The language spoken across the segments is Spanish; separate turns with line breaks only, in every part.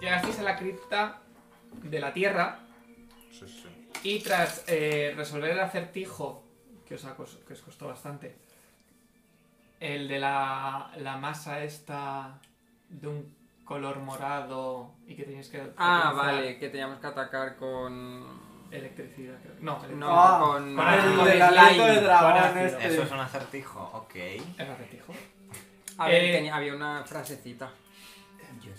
Llegasteis a la cripta de la Tierra
Sí, sí.
y tras eh, resolver el acertijo, que os, ha cos- que os costó bastante, el de la, la masa esta de un color morado y que tenéis que...
Ah,
utilizar
vale, que teníamos que atacar con.
Electricidad, creo. No, electricidad.
No,
Ah,
con.
con el-
con
del
slime.
aliento de dragón
con ácido.
este.
Eso es un acertijo, ok.
El acertijo.
A ver,
Eh,
tenía- había una frasecita.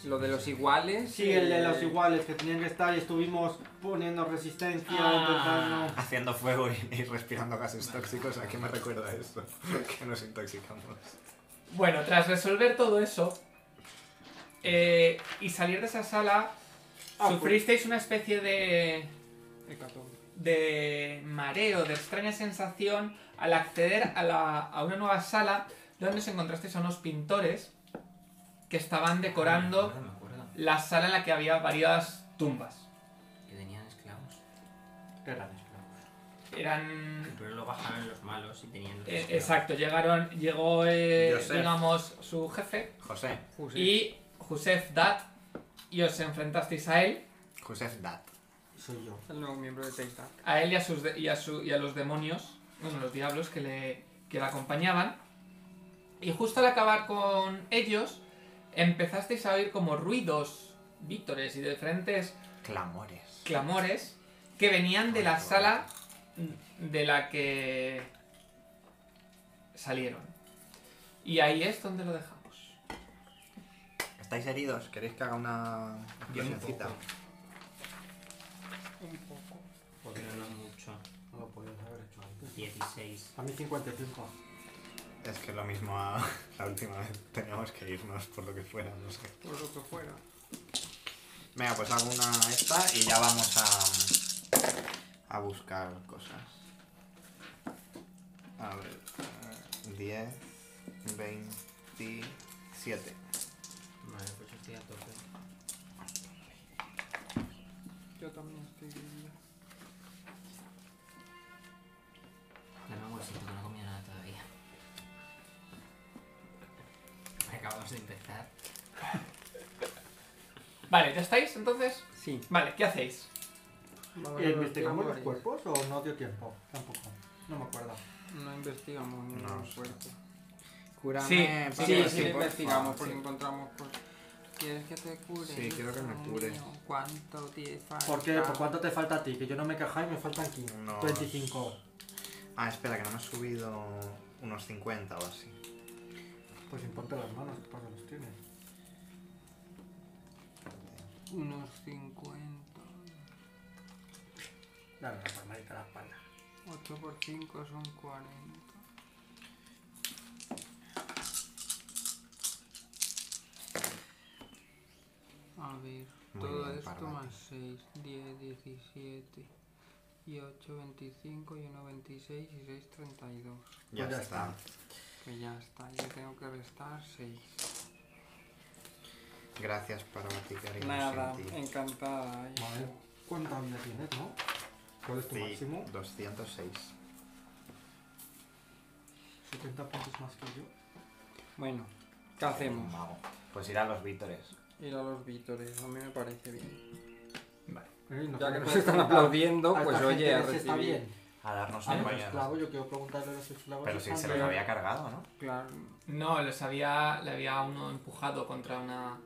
Lo de los iguales.
Sí, el de los
eh,
iguales que tenían que estar y estuvimos poniendo resistencia,
Ah.
intentando...
Haciendo fuego y, y respirando gases tóxicos, ¿a qué me recuerda eso? que nos intoxicamos.
Bueno, tras resolver todo eso eh, y salir de esa sala,
Ah,
sufristeis una especie de,
hecatón.
de mareo, de extraña sensación al acceder a, la- a una nueva sala donde os encontrasteis a unos pintores que estaban decorando
Ah, Me acuerdo, me acuerdo.
la sala en la que había varias tumbas.
Que tenían esclavos.
Eran
Eran
Pero lo bajaban los malos y tenían los
Eh,
esclavos.
exacto, llegaron, llegó, eh,
Joseph.
digamos, su jefe
José.
José.
y Josef Dat y os enfrentasteis a él,
José Dat.
Soy yo.
El nuevo miembro de Teita.
a él y a, sus de- y a, su- y a los demonios, bueno, los diablos que le, que le acompañaban. Y justo al acabar con ellos, empezasteis a oír como ruidos, vítores y diferentes
Clamores.
clamores que venían de la sala de la que salieron. Y ahí es donde lo dejamos.
¿Estáis heridos? ¿Queréis que haga una
Bien
infusioncita?
poco.
Un poco.
Pero no mucho.
No lo podías haber hecho antes.
16.
A mí 55.
Es que lo mismo a la última vez. Teníamos que irnos por lo que fuera, no sé.
Por lo que fuera.
Venga, pues hago una esta y ya vamos a, a buscar cosas. A ver, eh, 10, 27.
Vale, pues estoy a tope.
Yo también estoy viendo.
Dame un huesito que no he comido nada todavía. Acabamos de empezar.
Vale, ¿ya estáis entonces?
Sí.
Vale, ¿qué hacéis?
Vamos a
¿Eh,
ver
¿Investigamos los
tiempos.
cuerpos o no dio tiempo? Tampoco. No me acuerdo.
No
No,
investigamos ningún
sí.
cuerpo.
Curame,
Sí,
Pablo,
Sí,
Sí,
sí,
sí,
por
investigamos
favor.
porque encontramos cosas. ¿Quieres que te cure?
Sí, quiero que me
hijo
cure.
mío? ¿Cuánto te falta?
¿Por qué? ¿Por cuánto te falta a ti? Que yo no me quejáis y me faltan 15.
Unos-
25.
Ah, espera, que no me he subido unos 50 o así.
Pues importa las manos, que para los tienes.
Unos 50.
Dale una palmadita a la espalda.
8 por 5 son 40. A ver,
Muy
todo
bien,
esto
Parvati.
más 6, 10, 17 y 8, 25 y 1, 26 y 6, 32.
Ya,
Pues ya
está.
Que ya está, yo tengo que restar 6.
Gracias para ti, cariño.
Nada,
sin ti.
encantada. ¿eh? hijo.
Vale. ¿Cuánta vida tienes, no? ¿Cuál es tu
Sí,
máximo?
206.
70 puntos más que yo.
Bueno, ¿qué hacemos?
Mago. Pues ir a los Vítores.
Ir a los Vítores, a mí me parece bien.
Eh,
Ya que
no sé qué
nos
preguntar.
están aplaudiendo,
¿A esta
pues
gente
oye, a
les está
recibir.
bien.
A darnos
A
un
los
baño.
esclavos, Ah, pues yo quiero preguntarle a los esclavos.
Pero
están
si se los
bien.
había cargado, ¿no?
Claro,
No, les había, le había uno empujado contra una...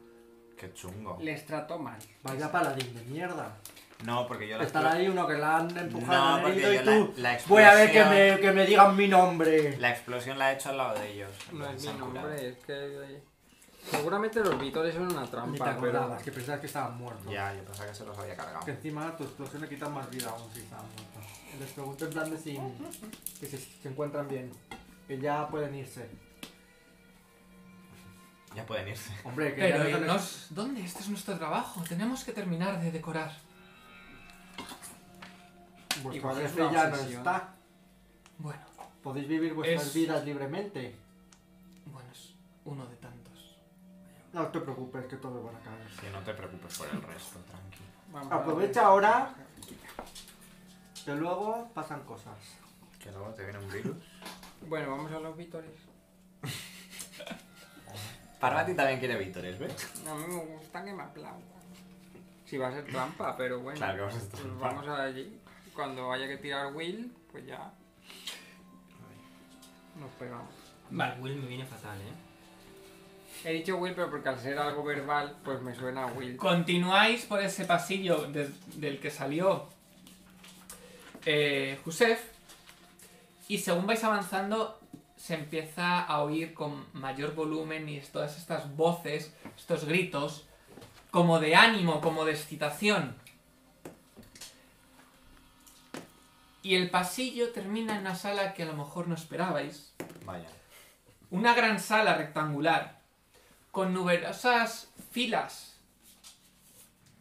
Qué chungo.
les trato mal.
Vaya paladín de mierda.
No, porque yo la
Estará ahí uno que la han empujado,
No,
han
porque
herido
yo
y tú.
la, la explosión.
Voy a ver que me, que me digan mi nombre.
La explosión la he hecho al lado de ellos.
No es
entonces
mi
se han curado.
nombre, es que... Seguramente los Vítores son una
Ni te
trampa,
acordabas, que pensabas que estaban muertos.
Ya, yo pensaba que se los había cargado.
Que encima tu explosión le quita más vida aún si estaban muertos. Les pregunto en plan de si. que si se encuentran bien. Que ya pueden irse.
Ya pueden irse.
Hombre, que
Pero
ya no-
irnos... ¿Dónde? Este es nuestro trabajo. Tenemos que terminar de decorar.
Vuestro
Igual es
jefe
una
ya no
obsesión.
está.
Bueno,
Podéis vivir vuestras
Es-
vidas libremente.
bueno, es uno de tantos.
No te preocupes, que todo van a caer.
Que no te preocupes por el resto, tranquilo.
Vamos a ver.
Aprovecha ahora. Que luego pasan cosas.
Que luego te viene un virus.
Bueno, vamos a los Vítores.
Parvati también quiere vítores, ¿ves?
A mí me gusta que me aplaudan. Si va a ser trampa, pero bueno.
Claro que vas a estar
pues
mal.
vamos a allí. Cuando haya que tirar Will, pues ya. Nos pegamos.
Vale.
Will me viene fatal, ¿eh?
He dicho Will, pero porque al ser algo verbal, pues me suena a Will.
Continuáis por ese pasillo des- del que salió eh, Josef y según vais avanzando se empieza a oír con mayor volumen y es- todas estas voces, estos gritos, como de ánimo, como de excitación. Y el pasillo termina en una sala que a lo mejor no esperabais.
Vaya.
Una gran sala rectangular con numerosas filas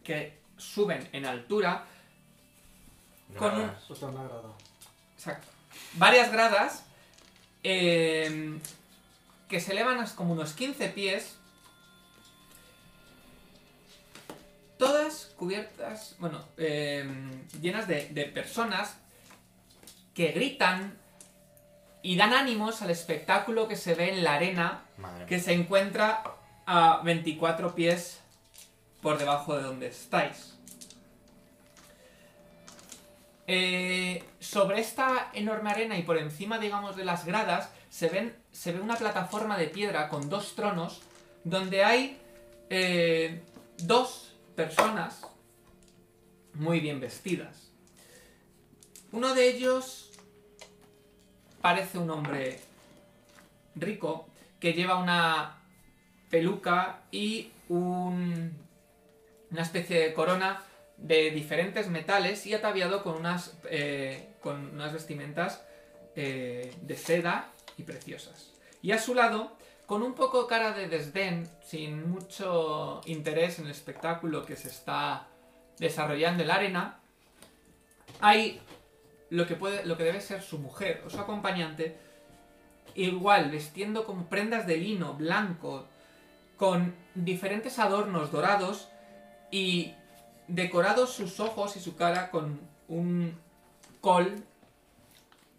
que suben en altura. Con un-
Gradas.
O sea, una grada.
Exacto. Varias gradas eh, que se elevan hasta como unos 15 pies. Todas cubiertas, bueno, eh, llenas de, de personas que gritan y dan ánimos al espectáculo que se ve en la arena
Madre
que
mía.
se encuentra a 24 pies por debajo de donde estáis. Eh, sobre esta enorme arena y por encima, digamos, de las gradas, se, ven, se ve una plataforma de piedra con dos tronos donde hay eh, dos personas muy bien vestidas. Uno de ellos parece un hombre rico que lleva una peluca y un- una especie de corona de diferentes metales y ataviado con unas, eh, con unas vestimentas eh, de seda y preciosas. Y a su lado, con un poco cara de desdén, sin mucho interés en el espectáculo que se está desarrollando en la arena, hay lo que, puede, lo que debe ser su mujer o su acompañante, igual vestiendo con prendas de lino blanco, con diferentes adornos dorados y decorados sus ojos y su cara con un col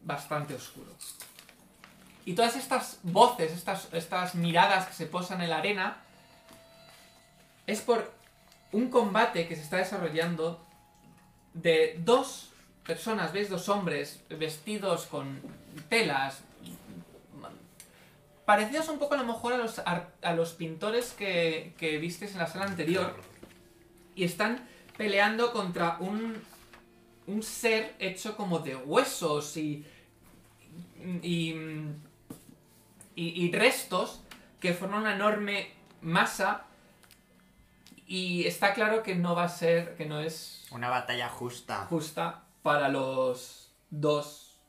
bastante oscuro. Y todas estas voces, estas, estas miradas que se posan en la arena, es por un combate que se está desarrollando de dos personas, veis dos hombres vestidos con telas, parecidos un poco a lo mejor a los, ar- a los pintores que, que visteis en la sala anterior. Y están peleando contra un, un ser hecho como de huesos y, y, y- y restos que forman una enorme masa. Y está claro que no va a ser, que no es
Una batalla justa.
justa para los dos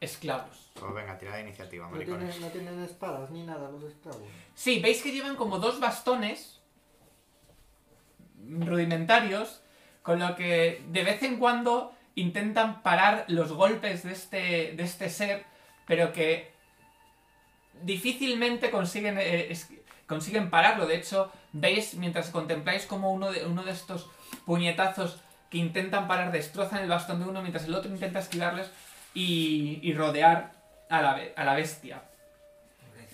esclavos.
Pues venga, tira de iniciativa,
No tienen,
maricones.
no tienen espadas ni nada los esclavos.
Sí, veis que llevan como dos bastones rudimentarios, con lo que de vez en cuando intentan parar los golpes de este, de este ser, pero que difícilmente consiguen, eh, es- consiguen pararlo. De hecho, veis mientras contempláis como uno de, uno de estos puñetazos que intentan parar destrozan el bastón de uno mientras el otro intenta esquivarles y, y rodear a la be- a la bestia.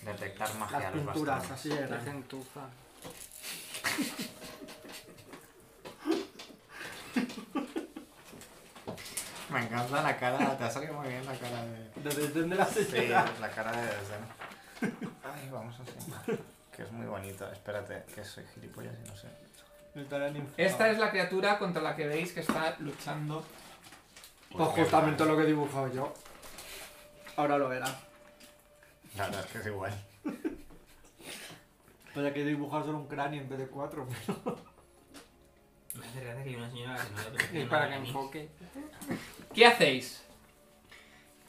Detectar magia
Las
a los
pinturas,
bastones.
así
La
eran.
gentuza.
Me encanta la cara. Te ha salido muy bien la cara de.
De desdén de la
Sí,
señora.
la cara de desdén. Ay, vamos a hacer. Que es muy bonito. Espérate, que soy gilipollas y no sé.
Estarán infectados.
Esta es la criatura contra la que veis que está luchando.
Pues justamente lo que he dibujado yo. Ahora lo verás.
La verdad es que es igual.
Pero que he dibujado solo un cráneo en vez de cuatro.
Me hace gracia que hay una señora que no
Y
le apetece
para
nada
que
a mí.
enfoque.
¿Qué hacéis?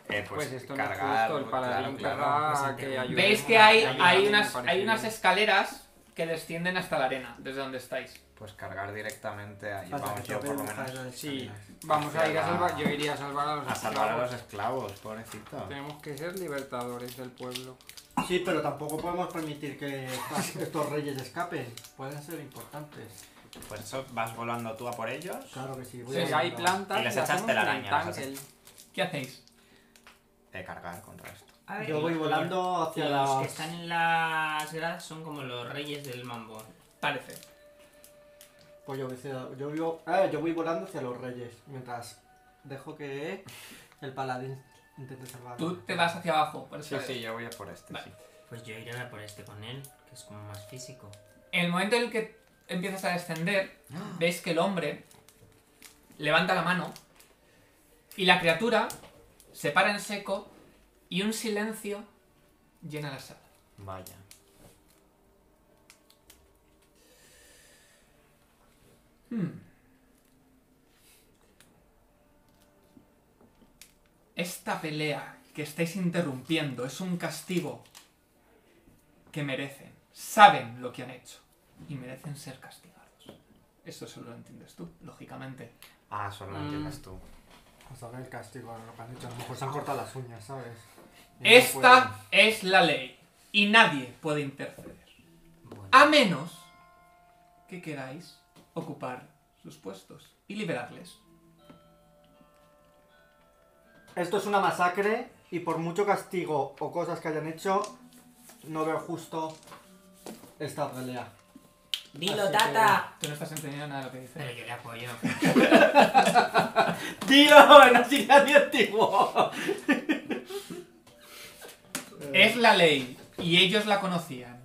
Eh, pues,
Pues esto no es
cargar,
justo, el paladín
claro, claro.
querrá que
pues, entendemos.
ayudemos
Veis que
a-
hay,
ayudar,
hay,
me
unas,
parece
hay unas
bien.
escaleras que descienden hasta la arena, desde donde estáis.
Pues cargar directamente ahí.
Hasta
Vamos
que
yo
tope
por lo
el
menos.
fallo de
Sí,
escaleras.
vamos a ir a
Hacia la-
salvar. Yo iría a salvar a los
A salvar a
esclavos.
los esclavos, pobrecito.
Tenemos que ser libertadores del pueblo.
Sí, pero tampoco podemos permitir que estas- estos reyes escapen. Pueden ser importantes.
Pues eso, vas volando tú a por ellos.
Claro que sí. voy
Si
a
hay
mandar.
Y
plantas,
les
le
echas
hacemos
telaraña, les
plantangle.
¿Qué hacéis?
Eh, cargar contra esto.
A ver,
Yo voy
los-
volando
los
hacia
que
las...
están en las gradas son como los reyes del mambo.
Parece.
Pues yo que sé, yo, vivo- ah, yo voy volando hacia los reyes, mientras dejo que el paladín intente salvarme.
Tú te vas hacia abajo, por
Sí,
eso.
sí, yo voy a por este, sí.
Pues yo iré a por este con él, que es como más físico.
En el momento en el que empiezas a descender, ves que el hombre levanta la mano y la criatura se para en seco y un silencio llena la sala.
Vaya.
Hmm. Esta pelea que estáis interrumpiendo es un castigo que merecen. Saben lo que han hecho y merecen ser castigados. Esto solo lo entiendes tú, lógicamente.
Ah, solo lo
Mm.
entiendes tú.
Pues a ver el castigo, lo que han dicho. A lo mejor se han cortado las uñas, ¿sabes? Y no
Esta
pueden.
es la ley y nadie puede interceder.
Bueno,
A menos que queráis ocupar sus puestos y liberarles.
Esto es una masacre y por mucho castigo o cosas que hayan hecho, no veo justo esta pelea.
¡Dilo,
Así que-
tata!
Tú no estás entendiendo nada de lo que
Pero
dice.
yo le apoyo.
¡Tío! ¡No sigue nadie antiguo!
Es la ley y ellos la conocían.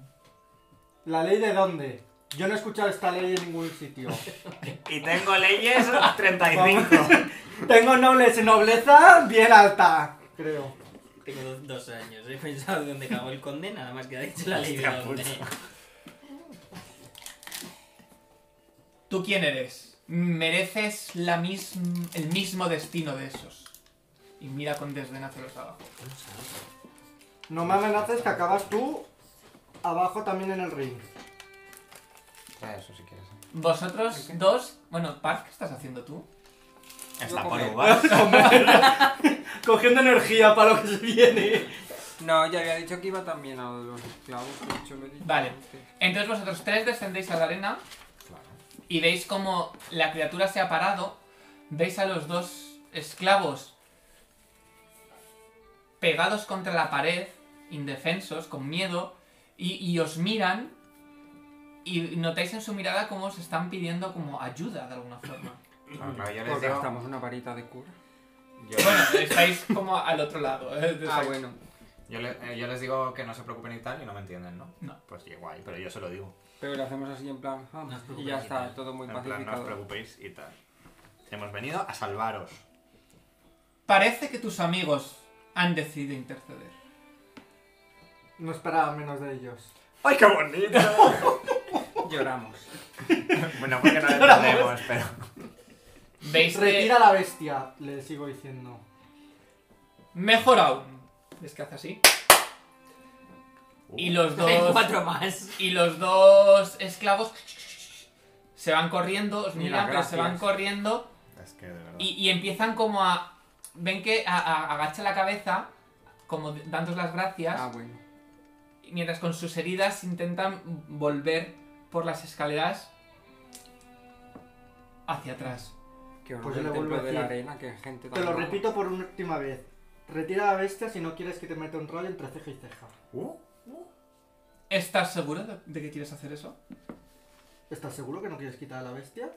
¿La ley de dónde? Yo no he escuchado esta ley en ningún sitio.
Y tengo leyes 35.
Vamos. Tengo nobles y nobleza bien alta, creo.
tengo do- dos años. He pensado dónde cagó el conde, nada más que ha dicho la ley de
Hostia
dónde.
¿Tú quién eres? Mereces la mism- el mismo destino de esos. Y mira con desdén hacia los de abajo.
No me amenaces que acabas tú abajo también en el ring.
Trae eso si quieres. eh.
Vosotros dos... Bueno, Park, ¿qué estás haciendo tú?
Está por
Yo comer.
uvas.
Cogiendo energía para lo que se viene.
No, ya había dicho que iba también a los esclavos, de hecho lo he dicho
Vale.
antes.
Entonces vosotros tres descendéis a la arena y veis como la criatura se ha parado. Veis a los dos esclavos pegados contra la pared, indefensos, con miedo, y, y os miran y notáis en su mirada como os están pidiendo como ayuda de alguna forma.
Claro, claro, yo les
Porque
digo...
estamos una varita de cura.
Yo,
Bueno, estáis como al otro lado. eh, de
Ah,
esa-
bueno.
yo le- eh, yo les digo que no se preocupen y tal y no me entienden, ¿no?
No.
Pues igual, pero yo se lo digo.
Pero lo hacemos así en plan, ah,
No os
y
preocupéis,
ya
tal.
está, todo muy
En plan, no os
pacificado.
preocupéis y tal. Hemos venido a salvaros.
Parece que tus amigos han decidido interceder.
No esperaba menos de ellos.
¡Ay, qué bonito!
Lloramos.
bueno, porque no lo entendemos, pero... Este-
Veis que-
Retira la bestia, le sigo diciendo.
Mejor aún. Es que hace así.
Uh,
Y los
Hay
dos.
cuatro más.
Y los dos esclavos se van corriendo, os
Ni
miran,
las
pero se van
gracias.
corriendo
Es que de verdad.
y, y empiezan como a. Ven que a- a- agacha la cabeza, como dándos las gracias,
Ah, bueno.
y mientras con sus heridas intentan volver por las escaleras hacia atrás.
Que
Pues
horror
yo le
el
vuelvo a
templo de la
decir.
arena, que gente
Te
tan
lo
mala.
repito por una última vez. Retira la bestia si no quieres que te meta un rollo entre ceja y ceja.
Uh,
¿Estás seguro de- de que quieres hacer eso?
¿Estás seguro que no quieres quitar a la bestia?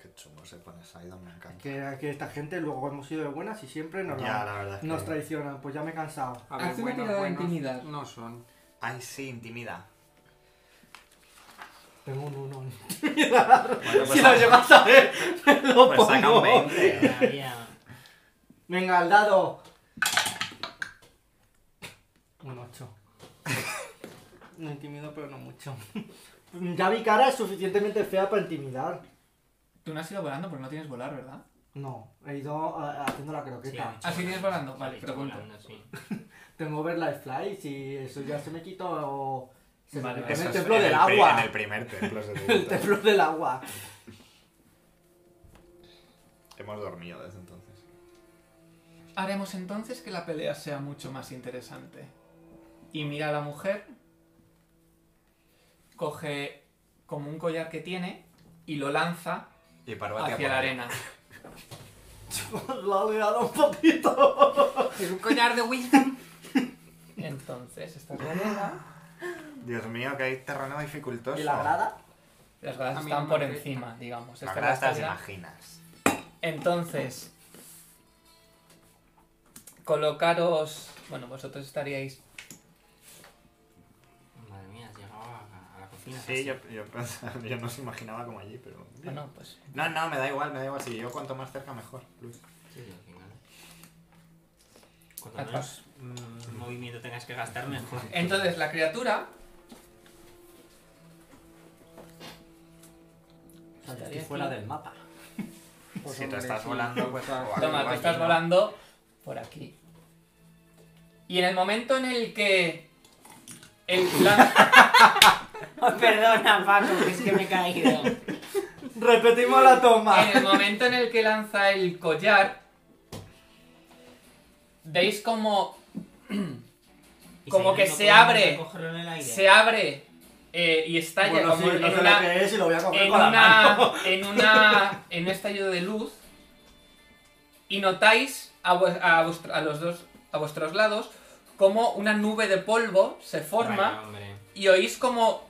qué chungo se pone Sidon, me encanta.
Que, que esta gente luego hemos sido de buenas y siempre nos,
Ya,
la-
la verdad es que...
nos traicionan. Pues ya me he cansado.
A ver,
Haz una
buenos,
tirada de
buenos
intimidad.
No son.
Ay, sí, intimida.
Tengo un uno.
Bueno, pues
si lo llegas a ver, me lo
pues saca
pongo.
un 20.
Todavía.
Venga, al dado. Un 8. No intimido, pero no mucho. Ya mi cara es suficientemente fea para intimidar.
Tú no has ido volando porque no tienes volar, ¿verdad?
No, he ido eh, haciendo la croqueta.
Sí,
Ah, sí, tienes volando. Vale,
Estoy
pregunto.
volando, sí.
Tengo Overlife Fly, si eso ya se me quitó. Se
Vale,
me quitó en
eso
el
es
templo
en
del
el pri-
agua.
En el primer templo se
El
dice.
templo del agua.
Hemos dormido desde entonces.
Haremos entonces que la pelea sea mucho más interesante. Y mira a la mujer, coge como un collar que tiene y lo lanza
Y Parvati
hacia la
apoya.
arena.
La he liado un poquito.
Es un collar de wisdom.
Entonces, esta es la
Ah.
grada.
Dios mío, que hay terreno dificultoso.
¿Y la grada?
Las gradas
A mí
están
no me
por
afecta.
encima, digamos.
La
Esta
grada
es la
te las
grada.
imaginas.
Entonces, colocaros. Bueno, vosotros estaríais.
Madre mía, has llegado a, a la cocina.
Sí, yo, yo pensaba- yo no se imaginaba como allí, pero...
Bueno, pues.
No, no, me da igual, me da igual. Si yo cuanto más cerca, mejor, Luis.
Sí, al final. Cuanto
atrás.
menos mm, movimiento tengas que gastar, mejor.
Entonces, la criatura.
O sea, yo
Estaría
estoy fuera
aquí.
del mapa.
Si
Pues
tú
hombre,
estás
sí.
volando, pues...
Claro.
o algo
Toma, tú
aquí,
estás
¿no?
volando por aquí. Y en el momento en el que. El plan.
Oh, Perdona, Paco, que es que me he caído.
Repetimos la toma.
En el momento en el que lanza el collar, veis como
Y
Como
si
que
no
se
puedo
abre,
cogerlo en el aire.
se abre eh, y estalla
Bueno, sí,
como en
no sé lo
una,
que es y lo voy a coger
en,
con la mano.
una, en una en un estallido de luz y notáis a, vues- a, vuestro- a los dos a vuestros lados como una nube de polvo se forma
Vaya, hombre.
y oís como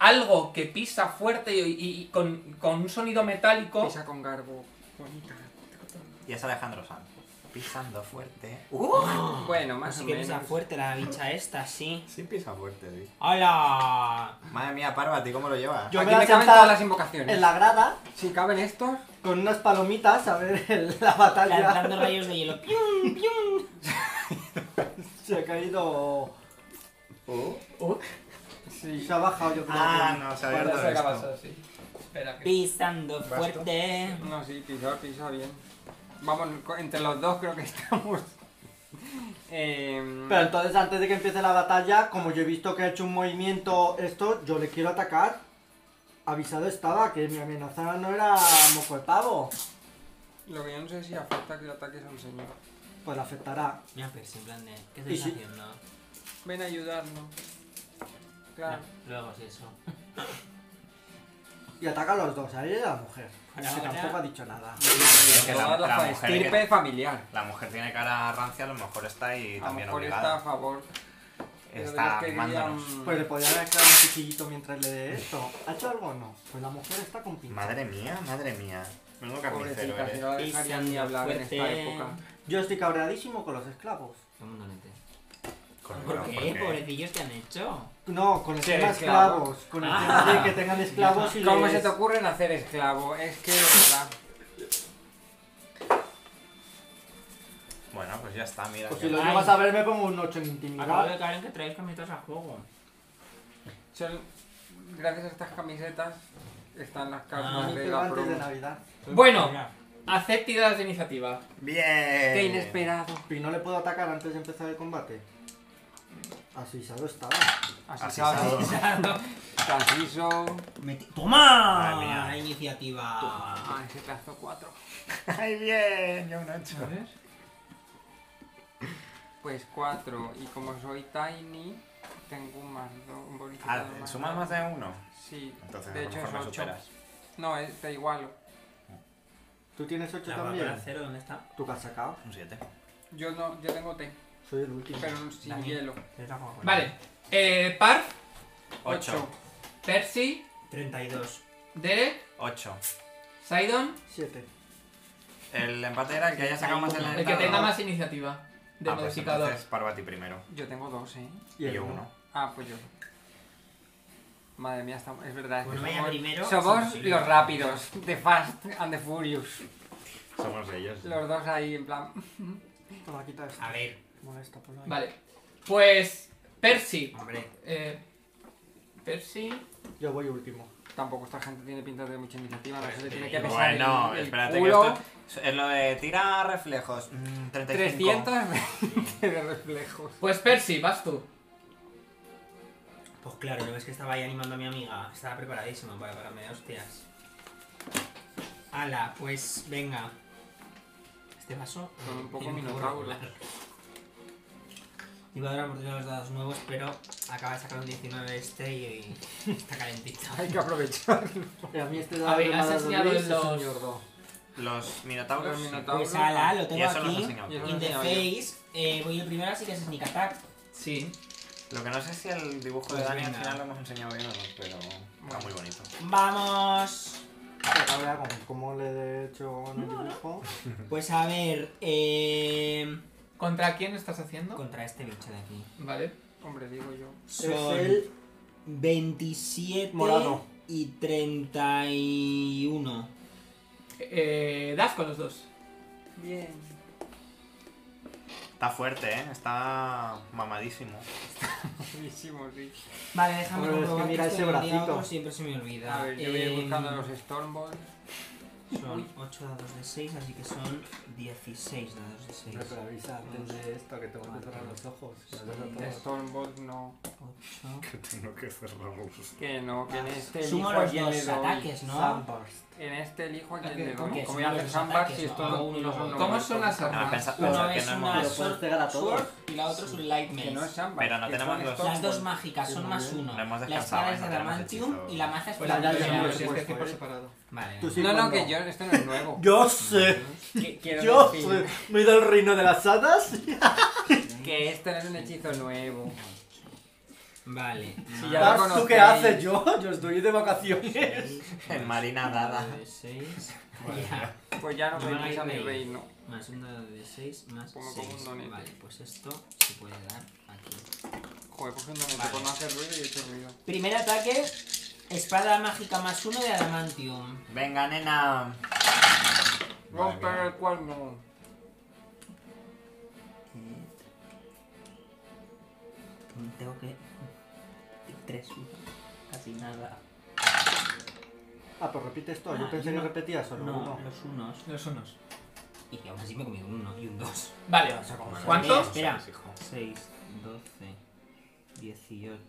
algo que pisa fuerte y, y- y con, con un sonido metálico
Pisa con garbo. Bonita.
Y es Alejandro Sanz. Pisando fuerte.
Bueno, más
Así
o
que
menos.
pisa fuerte la bicha esta, sí.
Sí pisa fuerte, sí.
¡Hola!
Madre mía, Parvati, ¿cómo lo llevas?
Yo
Aquí
me voy
me
a
caben
sentar
todas las invocaciones.
En la grada,
Si caben estos,
con unas palomitas, a ver el- la batalla.
Lanzando rayos de hielo.
Se ha caído.
Uh.
Sí, se ha bajado, yo creo.
Ah,
que-
no, se ha
Bueno,
abierto
eso acaba
esto.
así. Espera que-
Pisando fuerte.
no, sí, pisa, pisa bien. Vamos, co- entre los dos creo que estamos. Eh,
Pero entonces, antes de que empiece la batalla, como yo he visto que ha hecho un movimiento esto, yo le quiero atacar. Avisado estaba que mi amenaza no era moco de pavo.
Lo que yo no sé es si afecta que le ataques a un señor.
Pues la afectará.
Mira, pero en plan de. ¿Qué
Y
estás
si-
haciendo?
Ven a ayudarnos. Claro.
No, Luego sí eso.
Y ataca a los dos, a ella y a la mujer. Pues
Por
que
ahora-
tampoco ha dicho nada.
Es que la,
Toda la
la
fa-
mujer,
estirpe familiar.
la mujer tiene cara rancia, a lo mejor está y
A lo
también
mejor está a
obligada.
favor. pero
Está
de los que
mimándonos.
querían-
Pues le podría haber quedado un chiquillito mientras le dé esto. ¿Ha hecho algo o no? Pues la mujer está con pinza.
Madre mía, madre mía. Menudo carnicero ¿eh?
Pobrecita, si
eres.
no la dejarían ni hablar en esta
Fuerte.
época.
Yo estoy cabreadísimo con los esclavos.
Todo el mundo lo entiende.
Con-
¿Por
con-
qué? Pobrecillos te han hecho.
No, con el
Sí,
tema
esclavo.
esclavos. Con el
Ah.
tema de que tengan esclavos y
¿Cómo
les-
se te ocurren hacer esclavo? Es que de verdad.
Bueno, pues ya está, mira.
Pues
que-
si lo
Ay.
llevas a ver, me pongo un 8 en
Acabo de
intimidad.
caer en que traéis camisetas a juego.
Son- gracias a estas camisetas están las
Ah.
cartas de
Pero
la
antes de
promo.
Navidad.
Bueno. haced tiradas de iniciativa
Bien.
¡Qué inesperado!
Y no le puedo atacar antes de empezar el combate. Asisado estaba.
Así
Asisado.
sabes. Preciso.
Meti- ¡Toma!
Madre mía.
Iniciativa.
Ah, ese trazo 4.
Ay, bien. Yo un ocho.
Pues 4. Y como soy tiny, tengo un más 2. Un
Ah,
bonificador más
¿Sumas
dos.
más de uno?
Sí.
Entonces
de
a lo
hecho es
mejor me
8.
superas.
No, es, te igualo.
¿Tú tienes 8
La
también?
vapor cero, ¿dónde está?
¿Tú que has sacado?
Un siete.
Yo no, yo tengo té,
Soy el último.
pero sin
Dani.
hielo.
Tres a juego.
vale eh, Parf
Ocho.
8.
Percy
32.
Derek
Ocho.
Sidon
7.
El empate era el que haya sacado más el
el que tenga más iniciativa de
Ah, pues
modificador
entonces Parvati primero.
Yo tengo 2, ¿eh?
Y
el
yo
uno.
uno.
Ah, pues yo. Madre mía, estamos, es verdad. es que
Bueno, Pues vaya
somos,
primero.
somos
Sí, sí.
los rápidos, The Fast and the Furious.
Somos ellos.
Los dos ahí en plan.
Toma, quita esto.
A ver,
Molesta, ponlo ahí.
vale pues Percy
hombre.
eh, Percy
Yo voy último.
Tampoco esta gente tiene pinta de mucha iniciativa, no se le tiene que pesar.
Bueno,
el- el
espérate que
culo.
esto es lo de tira reflejos. Mm, 35.
320 de reflejos.
pues Percy vas tú
Pues claro, no ves que estaba ahí animando a mi amiga. Estaba preparadísima para pararme de hostias. Ala, pues venga. Este vaso.
Con un poco
tiene
minotauro.
regular. Iba a dar oportunidad a los dados nuevos, pero acaba de sacar un 19 este y, y está calentito.
Hay que aprovechar.
Eh, a mí este
A ver,
dado
has
me ha
enseñado
dado Luis, es
los-
un ñordo.
Los minotauros.
Los
sí.
minotauros.
Pues ala, lo tengo
Y eso no
aquí.
nos engaña.
Y eso
In
no
the
engaña.
face. Eh, voy el primero, así que es sneak attack.
Sí.
Lo que no sé es si el dibujo de
Pues
Dani al
venga.
final lo hemos enseñado bien o no, pero está muy bonito.
Vamos.
Ahora, como- como le he hecho en el dibujo.
Pues a ver. Eh,
¿Contra quién estás haciendo?
contra este bicho de aquí.
Vale.
Hombre, digo yo.
Son
Es el
27
Morado.
y 31.
Eh, das con los dos.
Bien.
Está fuerte, ¿eh? Está mamadísimo.
Buenísimo, sí.
Vale, déjame
Bueno, es que
comprobar
mira
esto
ese
de un día a
bracito.
otro siempre se me olvida.
A
Em,
ver, yo voy
eh,
a ir buscando los Stormballs.
los... Son 8 dados de 6, así que son 16 dados de 6.
Hombre, pero avisa antes de esto que tengo que cerrar los ojos. Ya lo he tratado.
Stormballs no.
8.
Que tengo que cerrarlos.
Que no, que en este elijo
Ah, Sumo
a
los
quién le
dos
doy.
ataques, ¿no?
Sunburst.
En este elijo a
¿Qué?
quién le
¿Cómo?
doy.
Que
Como
sumo
ya hace
los
sandbar,
ataques,
si
¿no?
esto no
Uno y
no son
luego-
¿Cómo son las armas?
normales.
Ah, pensa-
Uno
pensad que no
es una
Pero
hemos.
puedes pegar a todos.
Sword y la otra es un light
Que no es
mace.
sandbar,
Pero no
que
tenemos
son
los-
Las
Stormballs.
dos mágicas son
Sí,
más
muy bien.
uno.
No hemos
La
descansado,
espada es
no
de
tenemos
Adamantium
hechizo.
y la maza es
Pues ya, ya, ya,
Ya, ya,
lo
ya,
flamboyante.
tienes que
pues,
decir por
¿eh?
pues.
separado.
Vale.
Tú sí.
No, no,
cuando-
que yo, este no es nuevo.
Yo sé,
Que- quiero
yo
decir
sé. Me he ido al reino de las hadas.
que este no es un hechizo nuevo.
Vale.
Si ya lo
Lars, ¿Tú qué
conocéis.
haces yo? Yo estoy de vacaciones.
En
En Marina Dada.
De 6. Ya.
Pues ya no
No
venís
hay
a mi
rey.
reino.
Más un dado de 6 más
Como con un
6.
donete.
Vale, pues esto se puede dar aquí.
Joder, pues no me
Vale.
tocó no hacer ruido y he hecho ruido.
Primer ataque. Espada mágica más uno de Adamantium.
Venga, nena.
Romper el cuerno.
Mm. Tengo que. 3 Casi nada.
Ah, pues repite esto. Yo
Ah,
pensé que
no.
repetía solo
No,
uno.
los unos.
Los unos.
Y que aún así me he comido un 1 y un 2.
Vale. ¿Cuánto?
Espera.
hijo.
6, 12, 18,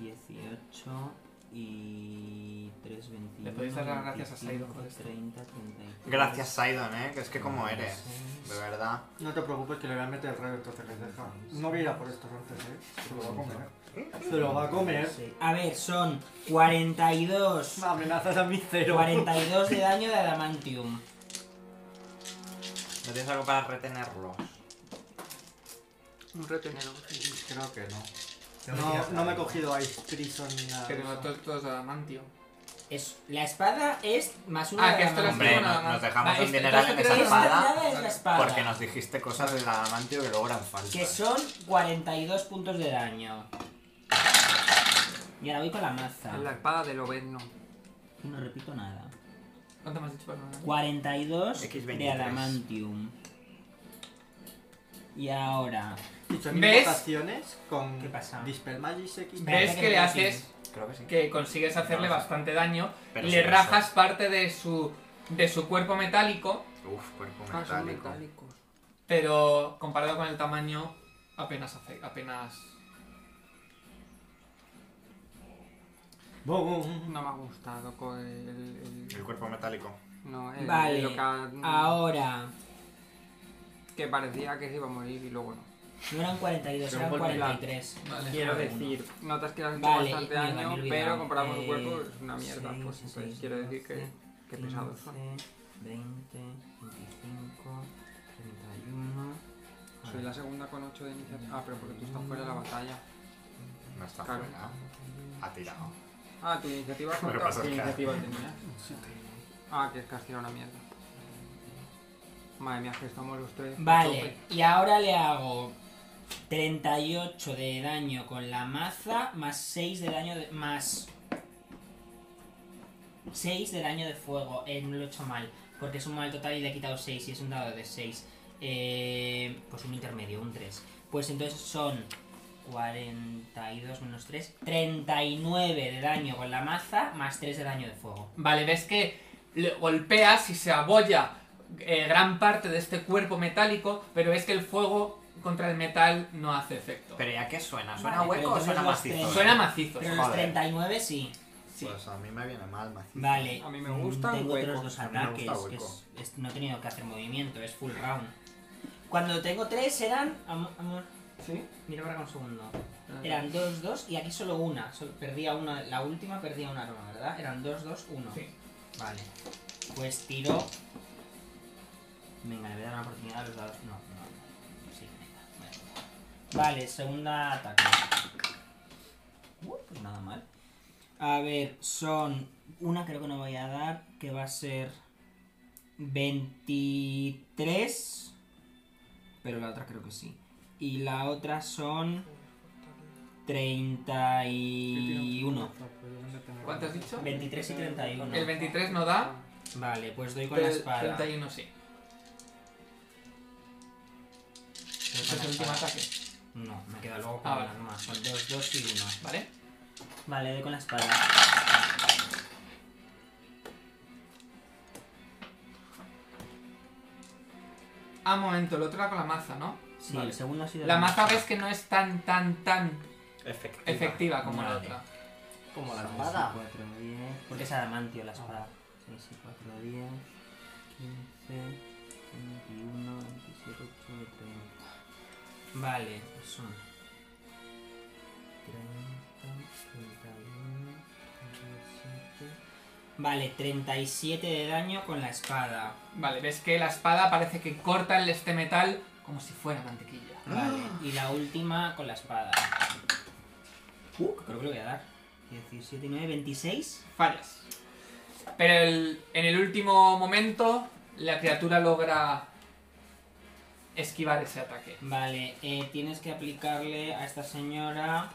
18 y 3, 21.
Le podéis dar las gracias a
25,
Saido por esto.
30, 33.
Gracias, Sidon, ¿eh? Que es que como eres.
seis.
De verdad.
No te preocupes que le voy a meter el rayo entonces que deja. No voy a ir a por estos antes, ¿eh? Se lo va a comer. Se lo va a comer.
Sí. A ver, son 42.
Me amenazas a mí cero.
42 de daño de adamantium.
¿No tienes algo para retenerlos?
Un retenedor.
Creo que no.
No, no me he cogido Ice Prison ni nada. de
Que te
eso.
mató todos de adamantio.
Es, la espada es más una
Ah,
de
que esto lo
Hombre,
adamantium.
escribo nada
no-
más.
nos dejamos
Vale,
un
esto-
dineral
esto
en
te
esa
lo
Esta
dice-
espada.
tirada es la espada.
Porque nos dijiste cosas del adamantio que luego eran falsas.
Que son 42 puntos de daño. Y ahora voy con la maza.
Ah.
Es la espada del Oberno.
Y no repito nada.
¿Cuánto me has dicho, perdón? ¿eh?
42
X23.
de adamantium. Y ahora...
Y son
¿Ves?
invocaciones con
¿Qué pasa?
Dispel Magis X.
Ve-
Ves que le haces
Creo que sí.
que consigues hacerle bastante daño.
Pero
le
sin eso.
rajas parte de su de su cuerpo metálico,
Uf, cuerpo
Ah, son
metálico.
metálicos.
pero comparado con el tamaño apenas hace apenas
Bum.
No me ha gustado con el... el-
El cuerpo metálico.
no, el,
Vale,
lo que, ha-
Ahora...
que parecía que se iba a morir y luego no.
No eran 42,
Pero
eran
un golpe
43.
Vale.
Quiero
Cada
decir, notas que le has hecho
Vale,
bastante
mierda, me he
daño,
olvidado.
pero comparado con su
Eh,
cuerpo es una mierda.
seis,
pues entonces
seis,
quiero decir que,
doce,
que
eh,
pesados son.
20, 25, 31...
Soy la segunda con 8 de iniciativa. Ah, pero porque tú estás fuera de la batalla.
No está
Claro.
fuera. Ha tirado.
Ah, tu iniciativa es
Lo que pasa
¿Qué
es que-
iniciativa tenías? Ah, que es que has tirado una mierda. Madre mía, que estamos los tres. a
Vale,
tope.
y ahora le hago 38 de daño con la maza, más 6 de daño de... más 6 de daño de fuego. Eh, no lo he hecho mal, porque es un mal total y le he quitado 6 y es un dado de 6. Eh, pues un intermedio, un 3. Pues entonces son 42 menos 3, 39 de daño con la maza, más 3 de daño de fuego.
Vale, ves que le golpeas y se abolla eh, gran parte de este cuerpo metálico, pero ves que el fuego contra el metal no hace efecto.
Pero ¿ya qué suena? ¿Suena
Vale,
hueco
pero
o suena
entonces los
macizo?
tres-
Suena macizo.
Pero los
Joder.
39 sí.
sí.
Pues a mí me viene mal macizo.
Vale. Mm,
A mí me gusta el
Tengo
hueco.
otros dos
A mí me
ataques.
gusta el
que
hueco.
es- es- no he tenido que hacer movimiento, es full round. Cuando tengo tres eran. am- amor,
¿Sí?
mira para acá un segundo.
Ah.
Eran dos, dos y aquí solo una. Sol- perdía una, la última perdía una arma, ¿verdad? Eran dos, dos, uno.
Sí.
Vale. Pues tiro. Venga, le voy a dar una oportunidad a los dados. No, no. Sí, venga. Vale, vale segunda ataque. Uh, pues nada mal. A ver, son. Una creo que no voy a dar, que va a ser. 23. Pero la otra creo que sí. Y la otra son. 31.
Pues,
¿Cuánto has dicho?
23 y 31.
El 23 no da,
Vale, pues doy con
pero
la
el
espada.
31 sí.
Doy
Ese es
con la
el último
espada.
ataque,
No, me queda luego con
Ah,
la
vale.
arma. Son 2, 2 y 1.
¿vale?
Vale, doy con la espada.
Ah, momento, el otro era con la maza, ¿no?
Sí,
Vale.
el segundo ha sido.
La maza ves que no es tan, tan, tan
Efectiva.
efectiva como la
Vale.
otra.
Como la
Seis y
espada.
cuatro, diez. Ah, Porque es adamantio la espada. 6 y 4, 10, 15, 21, 27, 8, 30. Vale, pues son 30, 31, 37. Vale, 37 de daño con la espada.
Vale, ves que la espada parece que corta el- este metal como si fuera mantequilla.
Vale, y la última con la espada. Uh, creo que lo voy a dar. 17, 9, 26.
Fallas. Pero el- en el último momento, la criatura logra esquivar ese ataque.
Vale, eh, tienes que aplicarle a esta señora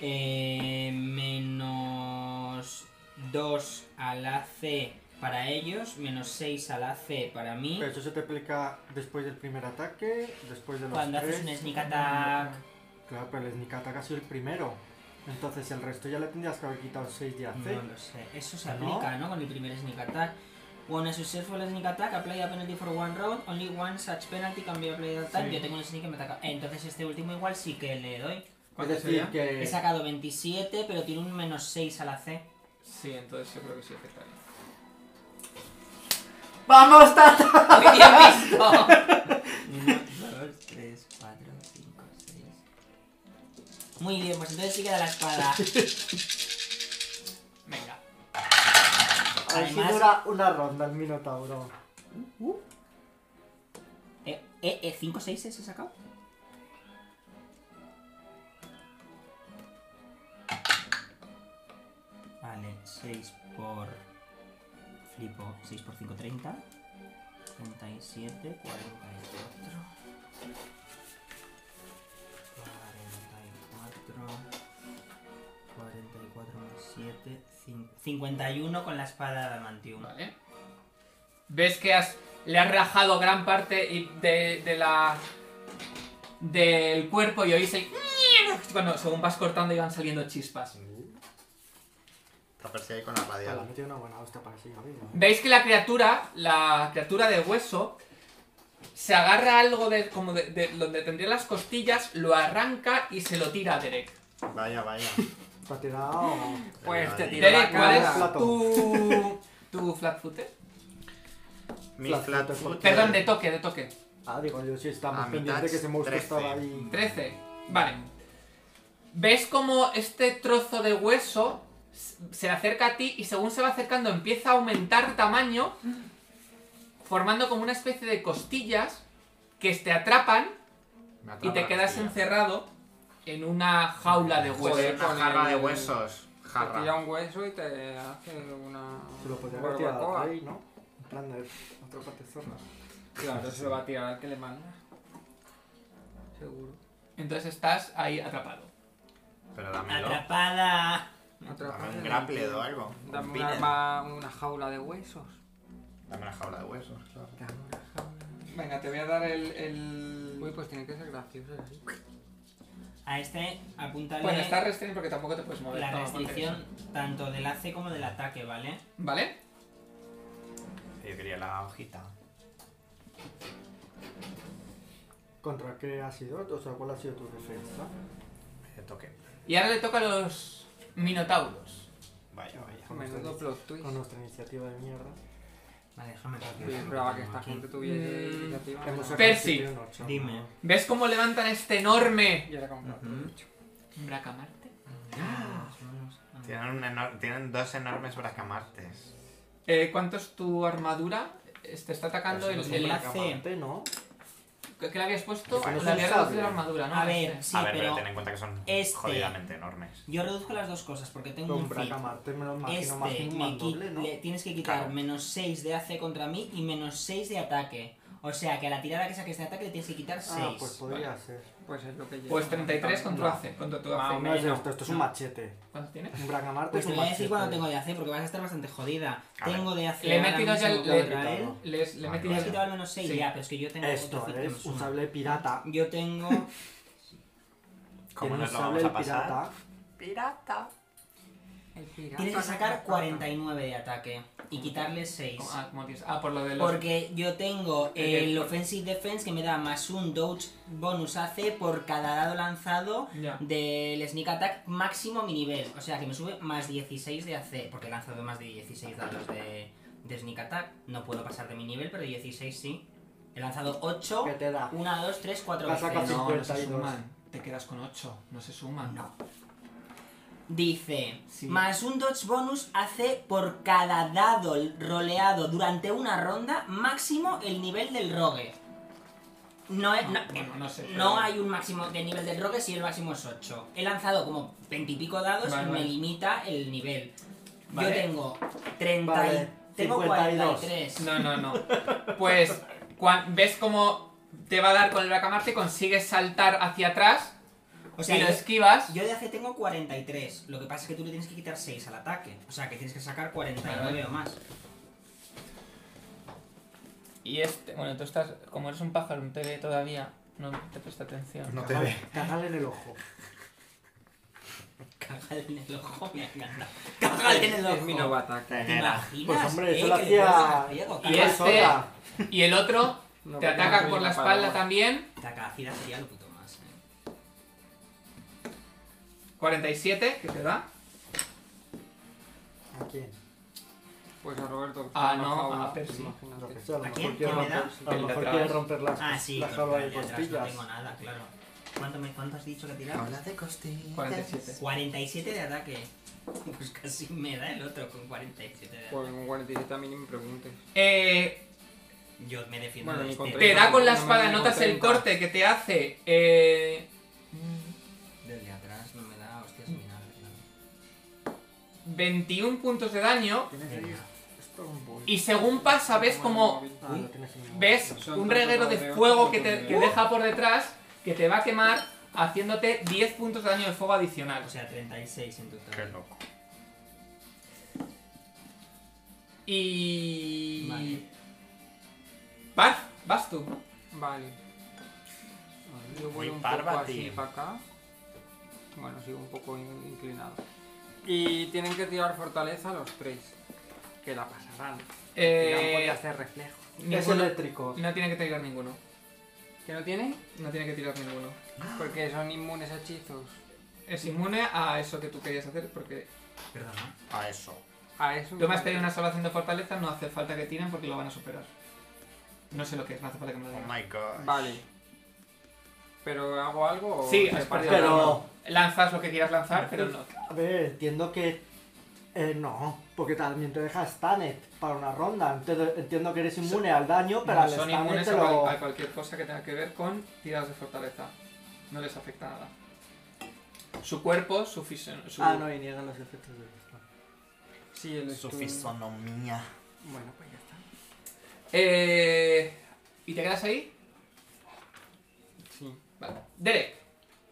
eh, menos 2 a la C para ellos, menos 6 a la C para mí.
Pero eso se te aplica después del primer ataque, después de los
Cuando
tres.
haces un sneak attack...
Claro, pero el sneak attack ha sido el primero. Entonces el resto ya le tendrías que haber quitado 6 de AC.
No lo sé, eso se
¿Ah, ¿No?
aplica, ¿no? Con el primer sneak attack. When a successful sneak attack, apply a penalty for one round, only one such penalty can be applied at a time.
Sí.
Yo tengo un sneak que me ataca. Entonces este último igual sí que le doy.
Es
¿Cuánto
decir,
sería?
que
He sacado 27, pero tiene un menos 6 a la C.
Sí, entonces yo creo que sí afectaría.
¡Vamos, Tata!
visto! 1, 2, 3, 4, 5, 6. Muy bien, pues entonces sí queda la espada.
Venga.
A ver si
Además-
dura una ronda el Minotauro.
Eh, eh, eh, 5, 6 he sacado. Vale, 6 por. Flipo, 6 por 5, 30. 37, 44. 44. 44 más 7, 51 con la espada de Adamantium.
Vale. Ves que has, le has rajado gran parte y- de, de la del cuerpo y oís el cuando según vas cortando y van saliendo chispas.
Está perseguido con la
Ah, Le ha
radial.
metido una buena hostia para seguir vivo. ¿eh?
Veis que la criatura, la criatura de hueso, se agarra algo de como de, de donde tendría las costillas, lo arranca y se lo tira a Derek.
Vaya, vaya.
Te ha tirado.
Pues te tiro
Derek, ¿cuál
cara.
es
Plato.
tu tu flat footer?
Mi
Flat
flat
footer.
footer.
Perdón, de toque, de toque.
Ah, digo yo, sí, está más
A
pendiente
mitad,
que ese monstruo
13.
estaba ahí.
13. Vale. ¿Ves cómo este trozo de hueso s- se le acerca a ti y según se va acercando empieza a aumentar tamaño, formando como una especie de costillas que te atrapan
Me atrapa
y te
la
quedas
costilla.
encerrado en una jaula de hueso.
Joder, una
Con
jarra de
el-
huesos.
Te tira
Jarra.
un hueso y te hace una.
Se lo podría haber tirado
barbacoa.
al rey, ¿no? En plan de otro patezorro.
Claro, se lo va a tirar al que le manda. Seguro.
Entonces estás ahí atrapado.
Pero dámelo.
¡Atrapada!
Otra
Dame
cosa,
un grapple o algo. Un
Dame un
piner.
arma, una jaula de huesos.
Dame una jaula de huesos, claro.
Dame una jaula.
Venga, te voy a dar el... el...
Uy, pues tiene que ser gracioso así.
A este apúntale.
Bueno, está restringido porque tampoco te puedes mover.
La
Toma, ponte
restricción tanto del AC como del ataque, ¿vale?
eso. ¿Vale?
Yo quería la hojita.
¿Contra qué ha sido? O sea, ¿cuál ha sido tu defensa?
De toque.
Y ahora le toca a los minotauros.
Vaya, vaya.
Con
Menudo
nuestra,
plot twist.
con nuestra iniciativa de mierda.
Vale, déjame
Yo esperaba que esta gente tuviese
Mm.
iniciativa.
Hemos
¿no?
sacado
Percy,
siete y un ocho,
dime.
¿no?
¿Ves cómo levantan este enorme
Y ahora con plot
Ujú.
twist.
¡Ah!
Bracamarte?
Tienen, un enor- tienen dos enormes bracamartes.
Eh, ¿Cuánto es tu armadura? Eh, Te está atacando
Pues
el.
no sé
el-
El
por acá.
hace.
Gente, ¿no?
¿Qué qué le habías puesto?
Pues
Vale.
Le había
Es un
reducido la
sable.
armadura, ¿no?
A ver,
Este.
sí,
a ver, pero
pero.
ten en cuenta que son
este-
jodidamente enormes.
Yo reduzco las dos cosas porque tengo
Con
un feed.
Bracamarte me lo imagino
Este,
más que un
me
más
qui-
doble, ¿no?
le tienes que quitar
Claro.
menos 6 de AC contra mí y menos 6 de ataque. O sea que a la tirada que saques de ataque le tienes que quitar 6.
Ah, pues podría ser.
Pues es lo que lleva.
Pues 33 contra
No.
AC. Contra tu
Más o
AC.
No es
menos,
esto, esto es
no.
un machete.
¿Cuánto tienes?
Un Bracamarte
Pues
es
te
un
voy a
machete.
decir cuando tengo
¿eh?
de AC porque vas a estar bastante jodida.
A ver.
Tengo de AC.
Le he
ahora
metido ya el-
mismo
le-
contra él.
Les, le he
Vale,
metido
Le has
vale.
ya-
quitado al menos 6
Sí.
ya, pero es que yo tengo
Esto
otro feed que me
es un
suma.
sable pirata.
Yo tengo.
¿Cómo
Tiene
nos
un
lo
sable
vamos a pasar?
pirata.
Pirata.
El pirata
Tienes que sacar
ataca.
49 de ataque y quitarle 6.
Ah, ¿cómo tienes? Ah, por lo de los.
Porque yo tengo
Eh,
el
por-
Offensive Defense que me da más un Dodge bonus AC por cada dado lanzado
Ya.
del Sneak Attack máximo mi nivel. O sea que me sube más 16 de AC, porque he lanzado más de 16 dados de, de Sneak Attack. No puedo pasar de mi nivel, pero 16 sí. He lanzado 8,
¿Qué te da?
1, 2, 3, 4
Vas a
veces.
casi-
No, no se
52.
suman. Te quedas con 8. No se suman.
No. Dice,
Sí.
más un dodge bonus hace por cada dado roleado durante una ronda máximo el nivel del rogue. No, es- no,
No, Ah, bueno, no sé,
no
pero-
hay un máximo de nivel del rogue si el máximo es 8. He lanzado como 20 y pico dados
Vale,
y
vale.
me limita el nivel.
Vale.
Yo tengo 30 y-
Vale,
tengo
52.
43.
No, no, no. Pues cuan- ves cómo te va a dar con el bracamarte, consigues saltar hacia atrás
O sea,
y lo
yo-
esquivas.
Yo de AC tengo 43. Lo que pasa es que tú le tienes que quitar 6 al ataque. O sea, que tienes que sacar 49 o más.
Y este, bueno, tú estás, como eres un pájaro, no te ve todavía, no te presta atención.
No te ve.
Cagale en el ojo.
Cajal en el ojo, me encanta. Cajal en el
Es mi nuevo
ojo.
ataque.
¿Te
Tenera.
imaginas?
Pues hombre, eso
eh,
lo
que le pones
hacía-
a Ciego,
Y
caca-
este-
Sola.
Y el otro
No,
te
porque no
ataca
soy
por la
una
espalda
palabra.
también.
Takahira sería lo puto más. eh.
47, que te da.
¿A quién?
Pues a Roberto. que
Ah,
está
no,
enojado,
a Percy.
Lo que
imagínate. Pues,
sea, a lo
¿A
mejor
quién?
quiere
¿Quién me
romper,
da?
a lo
El de
mejor
atrás.
quiere romper las,
Ah, sí.
la
pues,
jaula de
ya atrás No tengo
costillas.
nada, claro. ¿Cuánto, me, ¿Cuánto has dicho que tiraba?
Habla de costillas.
47.
47 de ataque. Pues casi me da el otro con 47 de ataque.
Pues un 47 a mí ni me preguntes.
Eh,
Yo me defiendo
Bueno,
de
ni con
este.
te da con la
No me
espada,
digo
notas el
30.
corte que te hace. eh,
Desde atrás no me da hostias ni nada. claro.
21 puntos de daño.
¿Tienes ahí? Esto es un bol.
Y según pasa, ves como
Ah, lo tienes en el-
ves un reguero de fuego que, te, que deja por detrás que te va a quemar haciéndote 10 puntos de daño de fuego adicional.
O sea, 36 en total.
Qué loco.
Y...
Vale.
Vas, vas tú.
Vale. Yo voy
Muy
un
parva,
poco así
tío.
para acá. Bueno, sigo un poco in- inclinado. Y tienen que tirar fortaleza los tres. Que la pasarán. Tiran por
Eh,
de hacer reflejo.
Es
ninguno-
eléctrico.
no tiene que tirar ninguno.
¿Que no tiene?
No tiene que tirar ninguno.
Porque son inmunes a hechizos.
Es inmune a eso que tú querías hacer porque
Perdón, ¿no?
A eso.
A eso.
tú me has pedido una salvación de fortaleza, no hace falta que tiren porque lo van a superar. No sé lo que es, no hace falta que me lo
Oh
digas.
my god.
Vale. ¿Pero hago algo o
Sí,
se
has
pasa?
perdido
Pero-
la mano. lanzas lo que quieras lanzar, pero no.
A ver, entiendo que. Eh, no, porque también te deja Stanet para una ronda. Entonces, entiendo que eres inmune al daño, pero
No,
al
son
Stanet
inmunes
te
a,
lo.
cual- a cualquier cosa que tenga que ver con tiradas de fortaleza. No les afecta nada. Su cuerpo, su fisión. Su...
Ah, no, y niegan los efectos de esto.
Sí, el
Su
estudio.
fisonomía.
Bueno, pues ya está.
Eh, ¿Y te quedas ahí?
Sí.
Vale. Derek.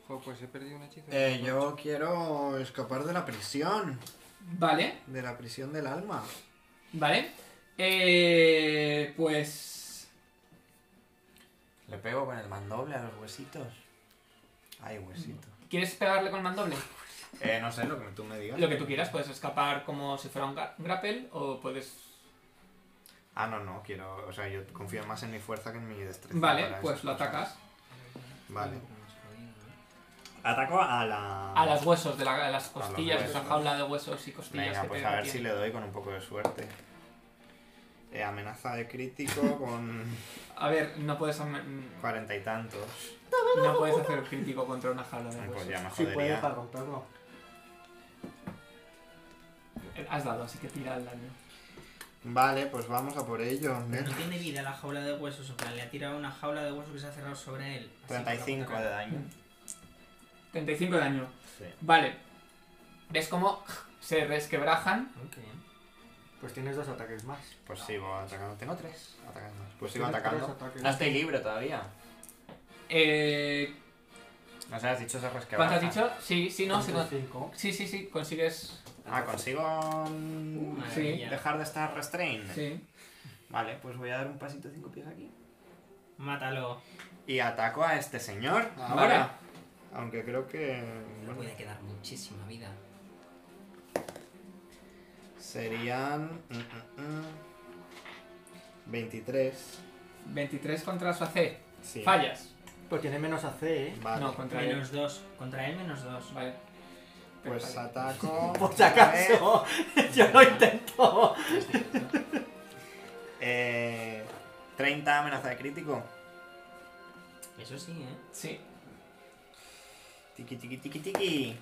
Jo, pues he perdido un hechizo.
Eh, yo quiero escapar de la prisión.
Vale,
De la prisión del alma.
vale. Eh, pues.
Le pego con el mandoble a los huesitos. Hay huesitos.
¿Quieres pegarle con mandoble?
Eh, no sé, lo que tú me digas.
Lo que tú quieras, puedes escapar como si fuera un gra- grapple o puedes.
Ah, no, no, quiero. O sea, yo confío más en mi fuerza que en mi destreza.
Vale,
para
pues
esas
lo
cosas.
atacas
Vale.
Como más jodido, ¿no?
Ataco a la.
a los huesos, de la- a las costillas,
huesos.
esa jaula de huesos y costillas.
Venga,
que
pues
te-
a ver
que
si
tiene.
le doy con un poco de suerte. Eh, amenaza de crítico con
A ver, no puedes, am-
cuarenta y tantos.
no puedes hacer crítico contra una jaula de
Pues
huesos.
ya me
Sí, puede
jodería.
para romperlo.
Has dado, así que tira el daño.
Vale, pues vamos a por ello. ¿eh?
No tiene vida la jaula de huesos, en plan, le ha tirado una jaula de huesos que se ha cerrado sobre él. Así que la
35
puta
de
cara.
daño.
35 de daño.
Sí.
Vale. ¿Ves cómo se resquebrajan?
Ok.
Pues tienes dos ataques más.
Pues sigo atacando. Tengo tres ataques más. Pues sigo
Tienes
atacando.
tres ataques
No
más.
estoy libre todavía.
Eh,
No sé, has dicho esas resquebrajas.
¿Cuánto has dicho? Sí, sí, no. Sí, con-
35.
sí, sí, sí, consigues.
Ah, consigo mm,
maravilla.
dejar de estar restrained.
Sí.
Vale, pues voy a dar un pasito de 5 pies aquí.
Mátalo.
Y ataco a este señor.
Vale.
Ahora. Aunque creo que.
No
bueno,
puede quedar muchísima vida.
serían. mm, mm, mm, 23.
23 contra su AC.
Sí.
Fallas.
Pues tiene menos AC, ¿eh?
Vale.
No, contra él.
Menos dos. Contra él menos dos.
Vale. Pero
pues
falla.
ataco.
Por si acaso,
Eh.
yo lo intento.
Eh, 30 amenaza de crítico.
Eso sí, ¿eh?
Sí.
Tiki, tiki, tiki, tiki.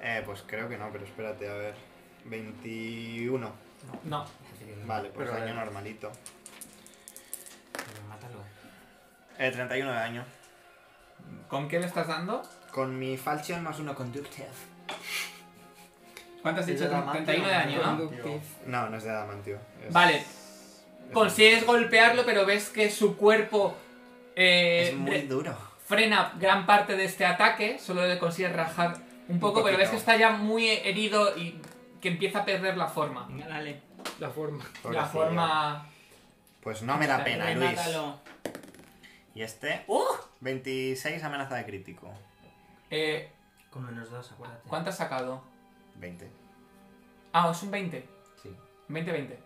Eh, pues creo que no, pero espérate, a ver. 21.
No.
Vale, pues
Pero,
daño
eh,
normalito.
Pero mátalo.
Eh, 31 de daño.
¿Con qué le estás dando?
Con mi Falchion más uno Conductive.
¿Cuánto has dicho?
Es de la manta,
31 de daño, ¿no?
No, no es de adamantio. es-
Vale.
es-
Consigues golpearlo, pero ves que su cuerpo eh,
Es muy
re-
duro.
frena gran parte de este ataque. Solo le consigues rajar un poco, pero
poquito.
ves que está ya muy herido y que empieza a perder la forma.
Venga, dale.
La forma.
La
Pobrecillo.
forma.
Pues no me da pena, Luis.
Remátalo.
Y este. 26 amenaza de crítico.
eh,
Con menos dos, acuérdate.
¿Cuánto has sacado?
20.
Ah, es un 20.
Sí.
20-20.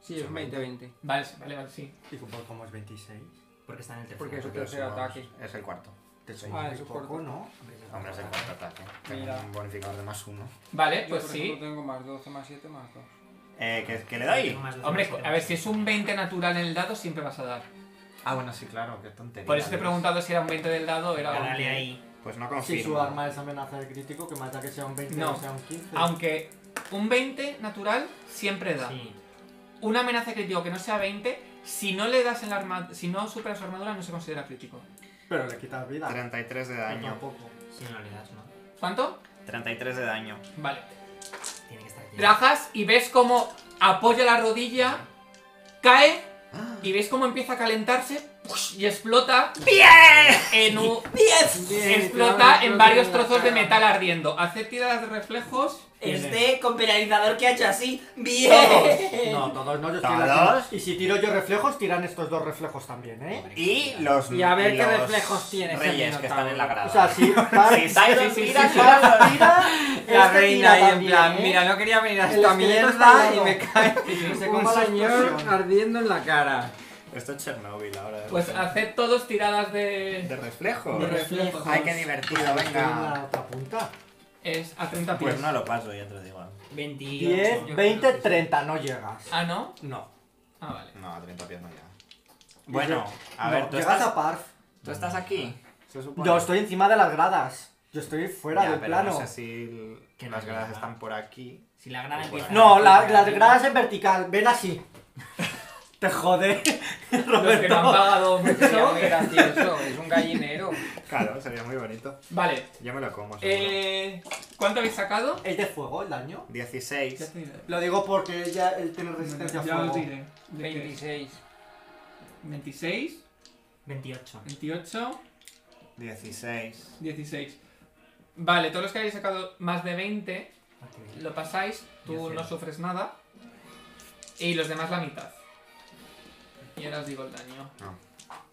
Sí, es un 20-20.
Vale, sí, vale, vale, sí.
Y como, como es 26,
Porque está en el tercero.
Porque eso-
Pero
Tercer
sumamos-
ataque.
Es el cuarto.
te soy
Ah,
muy
eso
poco,
corta.
¿no?
Hombre, es el cuarto ataque. Tengo
Mira.
un bonificador de más uno.
Vale,
Yo,
pues
por
sí.
ejemplo, tengo más 12, más 7, más 2.
Eh, ¿qué, qué le doy?
Tengo más doce,
Hombre,
más siete,
a ver,
más
si es
ocho.
un 20 natural en el dado, siempre vas a dar.
Ah, bueno, sí, claro, qué tontería.
Por eso te he
Luis.
preguntado si era un 20 del dado o era
Venga,
un
Dale
10.
ahí.
Pues no
Si
confirmo.
su arma es amenaza de crítico, que mata que sea un 20
No.
o sea un 15.
Aunque un 20 natural siempre da.
Sí.
Una amenaza crítico que no sea 20, si no le das en la armadura, si no superas su armadura, no se considera crítico.
Pero le quitas vida.
33 de daño.
Tampoco.
Si no le das, no.
¿Cuánto?
33 de daño.
Vale.
Tiene que estar aquí.
Rajas y ves cómo apoya la rodilla, cae
Ah.
y ves cómo empieza a calentarse ¡push! y explota. En un,
Bien,
explota en varios trozos de metal ardiendo. Hace tiradas de reflejos.
Este con penalizador que ha hecho así. ¡Bien!
Eh.
No, todos no, yo estoy
¿Todos?
la- Y si tiro yo reflejos, tiran estos dos reflejos también, ¿eh?
Y los.
Y a ver qué
los
reflejos tiene ese
Reyes que están en la grada. eh.
O sea, si
si Tyron
si
tira,
Tyron
claro.
tira,
La
este
reina
tira
ahí en
también,
plan,
¿eh?
mira, no quería venir a
El
esta
esqueleto
mierda
está
y me
loco.
cae
Que se
un
coma la
señor
explosión.
ardiendo en la cara.
Esto es Chernobyl ahora. de
Pues
repente.
haced todos tiradas
De
de.
reflejo.
de reflejos.
Ay, qué divertido,
Pues Tiene la
venga.
otra punta.
Es a 30 pies.
Pues no lo paso, ya te lo digo.
28.
10, 20, 30, no llegas.
Ah, no.
No.
Ah, vale.
No, a 30 pies no llega. Bueno, a
No,
ver, ¿tú
llegas
estás,
a Parf.
tú estás aquí. Se supone.
Yo estoy encima de las gradas. Yo estoy fuera
Ya,
del
pero
plano.
No sé si el-
Que no
las gradas
llega.
están por aquí.
Si la grada empieza.
No, la- las gradas en vertical, ven así. Te jode,
Los que no han
Roberto.
pagado
Sería
mucho.
muy gracioso, es un gallinero.
Claro, sería muy bonito.
Vale.
Yo me lo como. seguro.
Eh, ¿Cuánto habéis sacado?
¿Es de fuego el daño?
16.
Lo digo porque ya él tiene resistencia a
Ya
fuego.
os diré.
26.
26,
28.
28,
16.
16. Vale, todos los que habéis sacado más de 20
Ok.
lo pasáis,
Yo
tú
cero.
no sufres nada. Y los demás la mitad. Y ahora os digo el daño.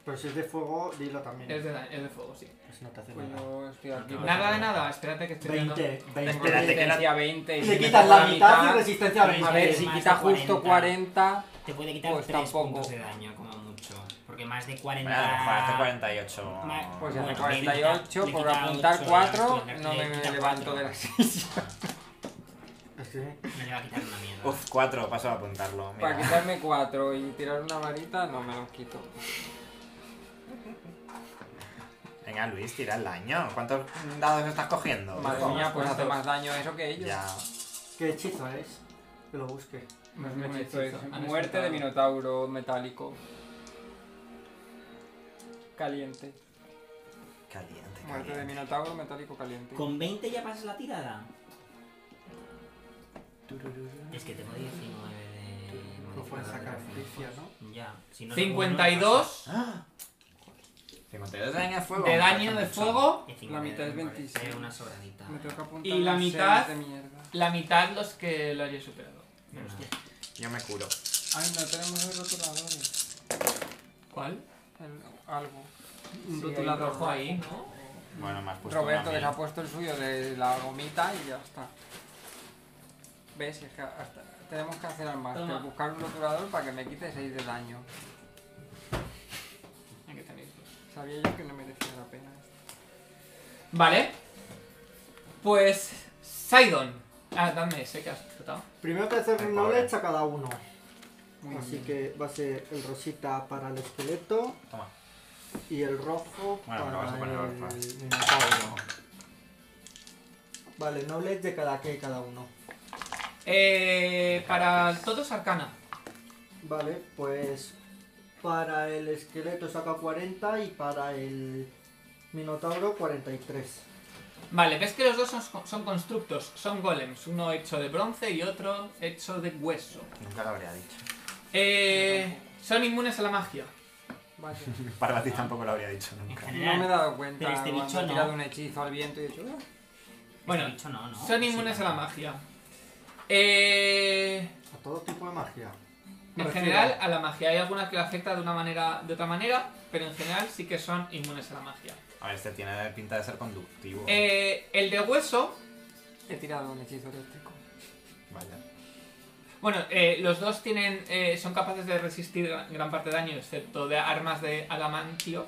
Pero si es de fuego, dilo también.
Es de, da- es de fuego, sí.
Pues no te hace
Pues
nada.
yo estoy aquí.
Nada de nada, espérate que estoy viendo.
20, 20.
Espérate que la-
resistencia 20. y si
Le
me
quitas
toca
la mitad y resistencia a
A
20.
ver, si
Más
quita
de
justo 40.
Te puede quitar
Pues
3
tampoco.
puntos de daño, como mucho. Porque más de 40.
Bueno, a lo mejor hace 48.
Ma-
Pues
Bueno,
hace
le
48,
quita-
por
le quita
apuntar
ocho,
4,
le
no me
quita
levanto
cuatro.
de la silla.
Es que-
No le va a quitar una mierda.
Uf, 4, paso a apuntarlo. mira.
Para quitarme 4 y tirar una varita, no me lo quito.
Venga, Luis, tira el daño. ¿Cuántos dados estás cogiendo?
Madre
pues
Ojo.
mía, pues hace más daño eso que ellos.
Ya.
¿Qué hechizo es? Que lo busque.
No es un hechizo,
Esto es
han
muerte de
explotado.
minotauro metálico. Caliente.
Caliente,
Muerte de
caliente.
minotauro metálico caliente.
¿Con 20 ya pasas la tirada? Es que tengo 19 de.
No fue
modificador de
sacrificio,
reflejos.
¿no?
Ya, si no.
52
¡Ah! 52 de daño de fuego.
de daño de
pues,
fuego.
La mitad es
26.
25.
Una sobradita.
Me tengo que apuntar
Y la
las
mitad-
series de mierda.
La mitad los que lo hayáis superado. Menos tú.
Yo me curo.
Ay, no tenemos el rotulador.
¿Cuál?
El, algo.
Un
Sí,
rotulador
hay
rojo ahí, ¿no?
Bueno, más puesto
Roberto
una
que se ha
mil.
puesto el suyo de la gomita y ya está. ¿Ves? Es que hasta- tenemos que hacer al más.
Toma.
que Buscar un rotulador para que me quite 6 de daño.
Aquí tenéis dos.
Sabía yo que no merecía la pena.
Vale. Pues. Sidon. Ah, dame ese que has explotado.
Primero que hacer
Ay,
un
pobre.
knowledge a cada uno.
Muy
Así
bien.
que va a ser el rosita para el esqueleto
Toma.
y el rojo
Bueno, me lo vas a
para
poner
el
rojo.
minotauro. Vale, knowledge de cada que cada uno.
Eh, para todos arcana.
Vale, pues para el esqueleto saca 40 y para el minotauro 43.
Vale, ves que los dos son, son constructos, son golems. Uno hecho de bronce y otro hecho de hueso.
Nunca lo habría dicho.
Eh, son inmunes a la magia.
Vaya.
Para ti tampoco lo habría dicho
En
nunca.
general.
No me he dado cuenta
Pero este
cuando
bicho
he
no.
tirado un hechizo al viento y he hecho... "Ah".
Este
Bueno,
bicho no, ¿no?
Son inmunes
Sí,
a la magia. Eh,
A todo tipo de magia.
Me
en
refiero-
general a la magia. Hay algunas que la afecta de una manera, de otra manera, pero en general sí que son inmunes a la magia.
A ver, este tiene pinta de ser conductivo.
Eh, el de hueso,
He tirado un hechizo eléctrico.
Vaya.
bueno, eh, los dos tienen, eh, son capaces de resistir gran- gran parte de daño, excepto de armas de adamantio.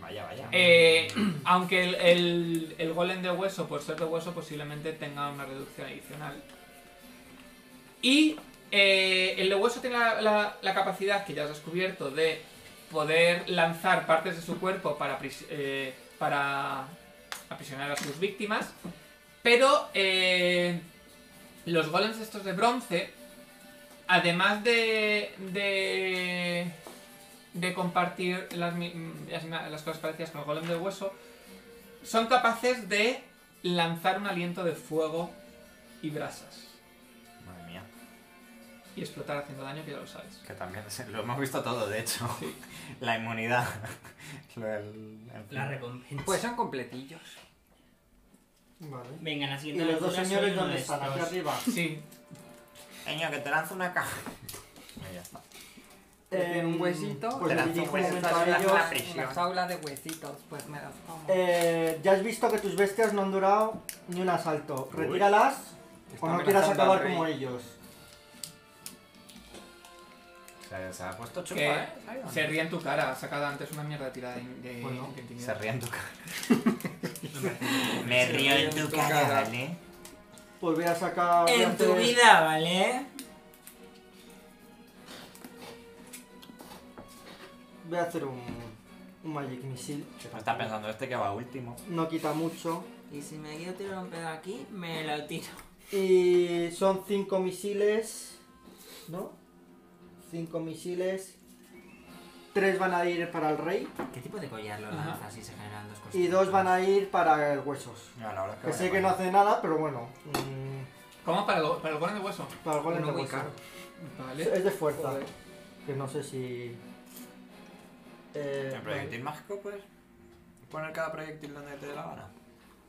Vaya, vaya.
Eh, aunque el, el- el golem de hueso, por ser de hueso, posiblemente tenga una reducción adicional. Y eh, el de hueso tiene la, la- la capacidad que ya has descubierto de poder lanzar partes de su cuerpo para, apris- eh, para aprisionar a sus víctimas. Pero eh, los golems estos de bronce, además de, de, de compartir las, mi- mm, las ma- las cosas parecidas con el golem de hueso, son capaces de lanzar un aliento de fuego y brasas.
Madre mía.
Y explotar haciendo daño, que ya lo sabes.
Que también se- lo hemos visto todo, de hecho.
Sí.
La inmunidad. Lo del- en fin.
La recompensa.
Pues son completillos.
Vale.
Venga, en la
¿Y
siguiente.
los dos
aventura soy
señores
uno
dónde
de
están? Aquí
estos.
arriba.
Sí,
Niño, que te lanzo una caja. Ahí ya está.
Tiene un huesito.
Te
Pues me
lanzo
dirijo
un
un
huesito
momento a
de
ellos.
la prisión.
Una jaula de huesitos, pues me las como.
Eh, ya has visto que tus bestias no han durado ni un asalto.
Uy.
Retíralas
Está
o no quieras
amenazando al
acabar
rey.
como ellos.
Se, se ha puesto chupa,
que
¿eh? Iron.
se ríe en tu cara. Ha sacado antes una mierda de tirada de, de-
Bueno,
de intimidad.
Se ríe en tu cara. Me río en tu cara,
cara.
¿vale?
Pues voy a sacar. voy a
En tu
hacer-
vida, ¿vale?
Voy a hacer un, un Magic Missile.
No está pensando este que va último.
No quita mucho.
Y si me quiero tirar un pedo aquí, me lo tiro.
Y son cinco misiles. ¿No? Cinco misiles. Tres van a ir para el rey
¿Qué tipo de collar lo
Ajá.
lanzas y se generan dos cosas?
y dos van a ir para el huesos.
No, la verdad es que
Que
vaya
sé que no
mal.
hace nada, pero bueno. mm,
¿Cómo? Para el, go- para el golem de hueso.
para el golem
Uno
de
muy
hueso.
caro.
Vale.
Es de fuerza.
Joder.
Que no sé si. Eh,
¿El proyectil mágico puedes poner cada proyectil donde te dé la gana?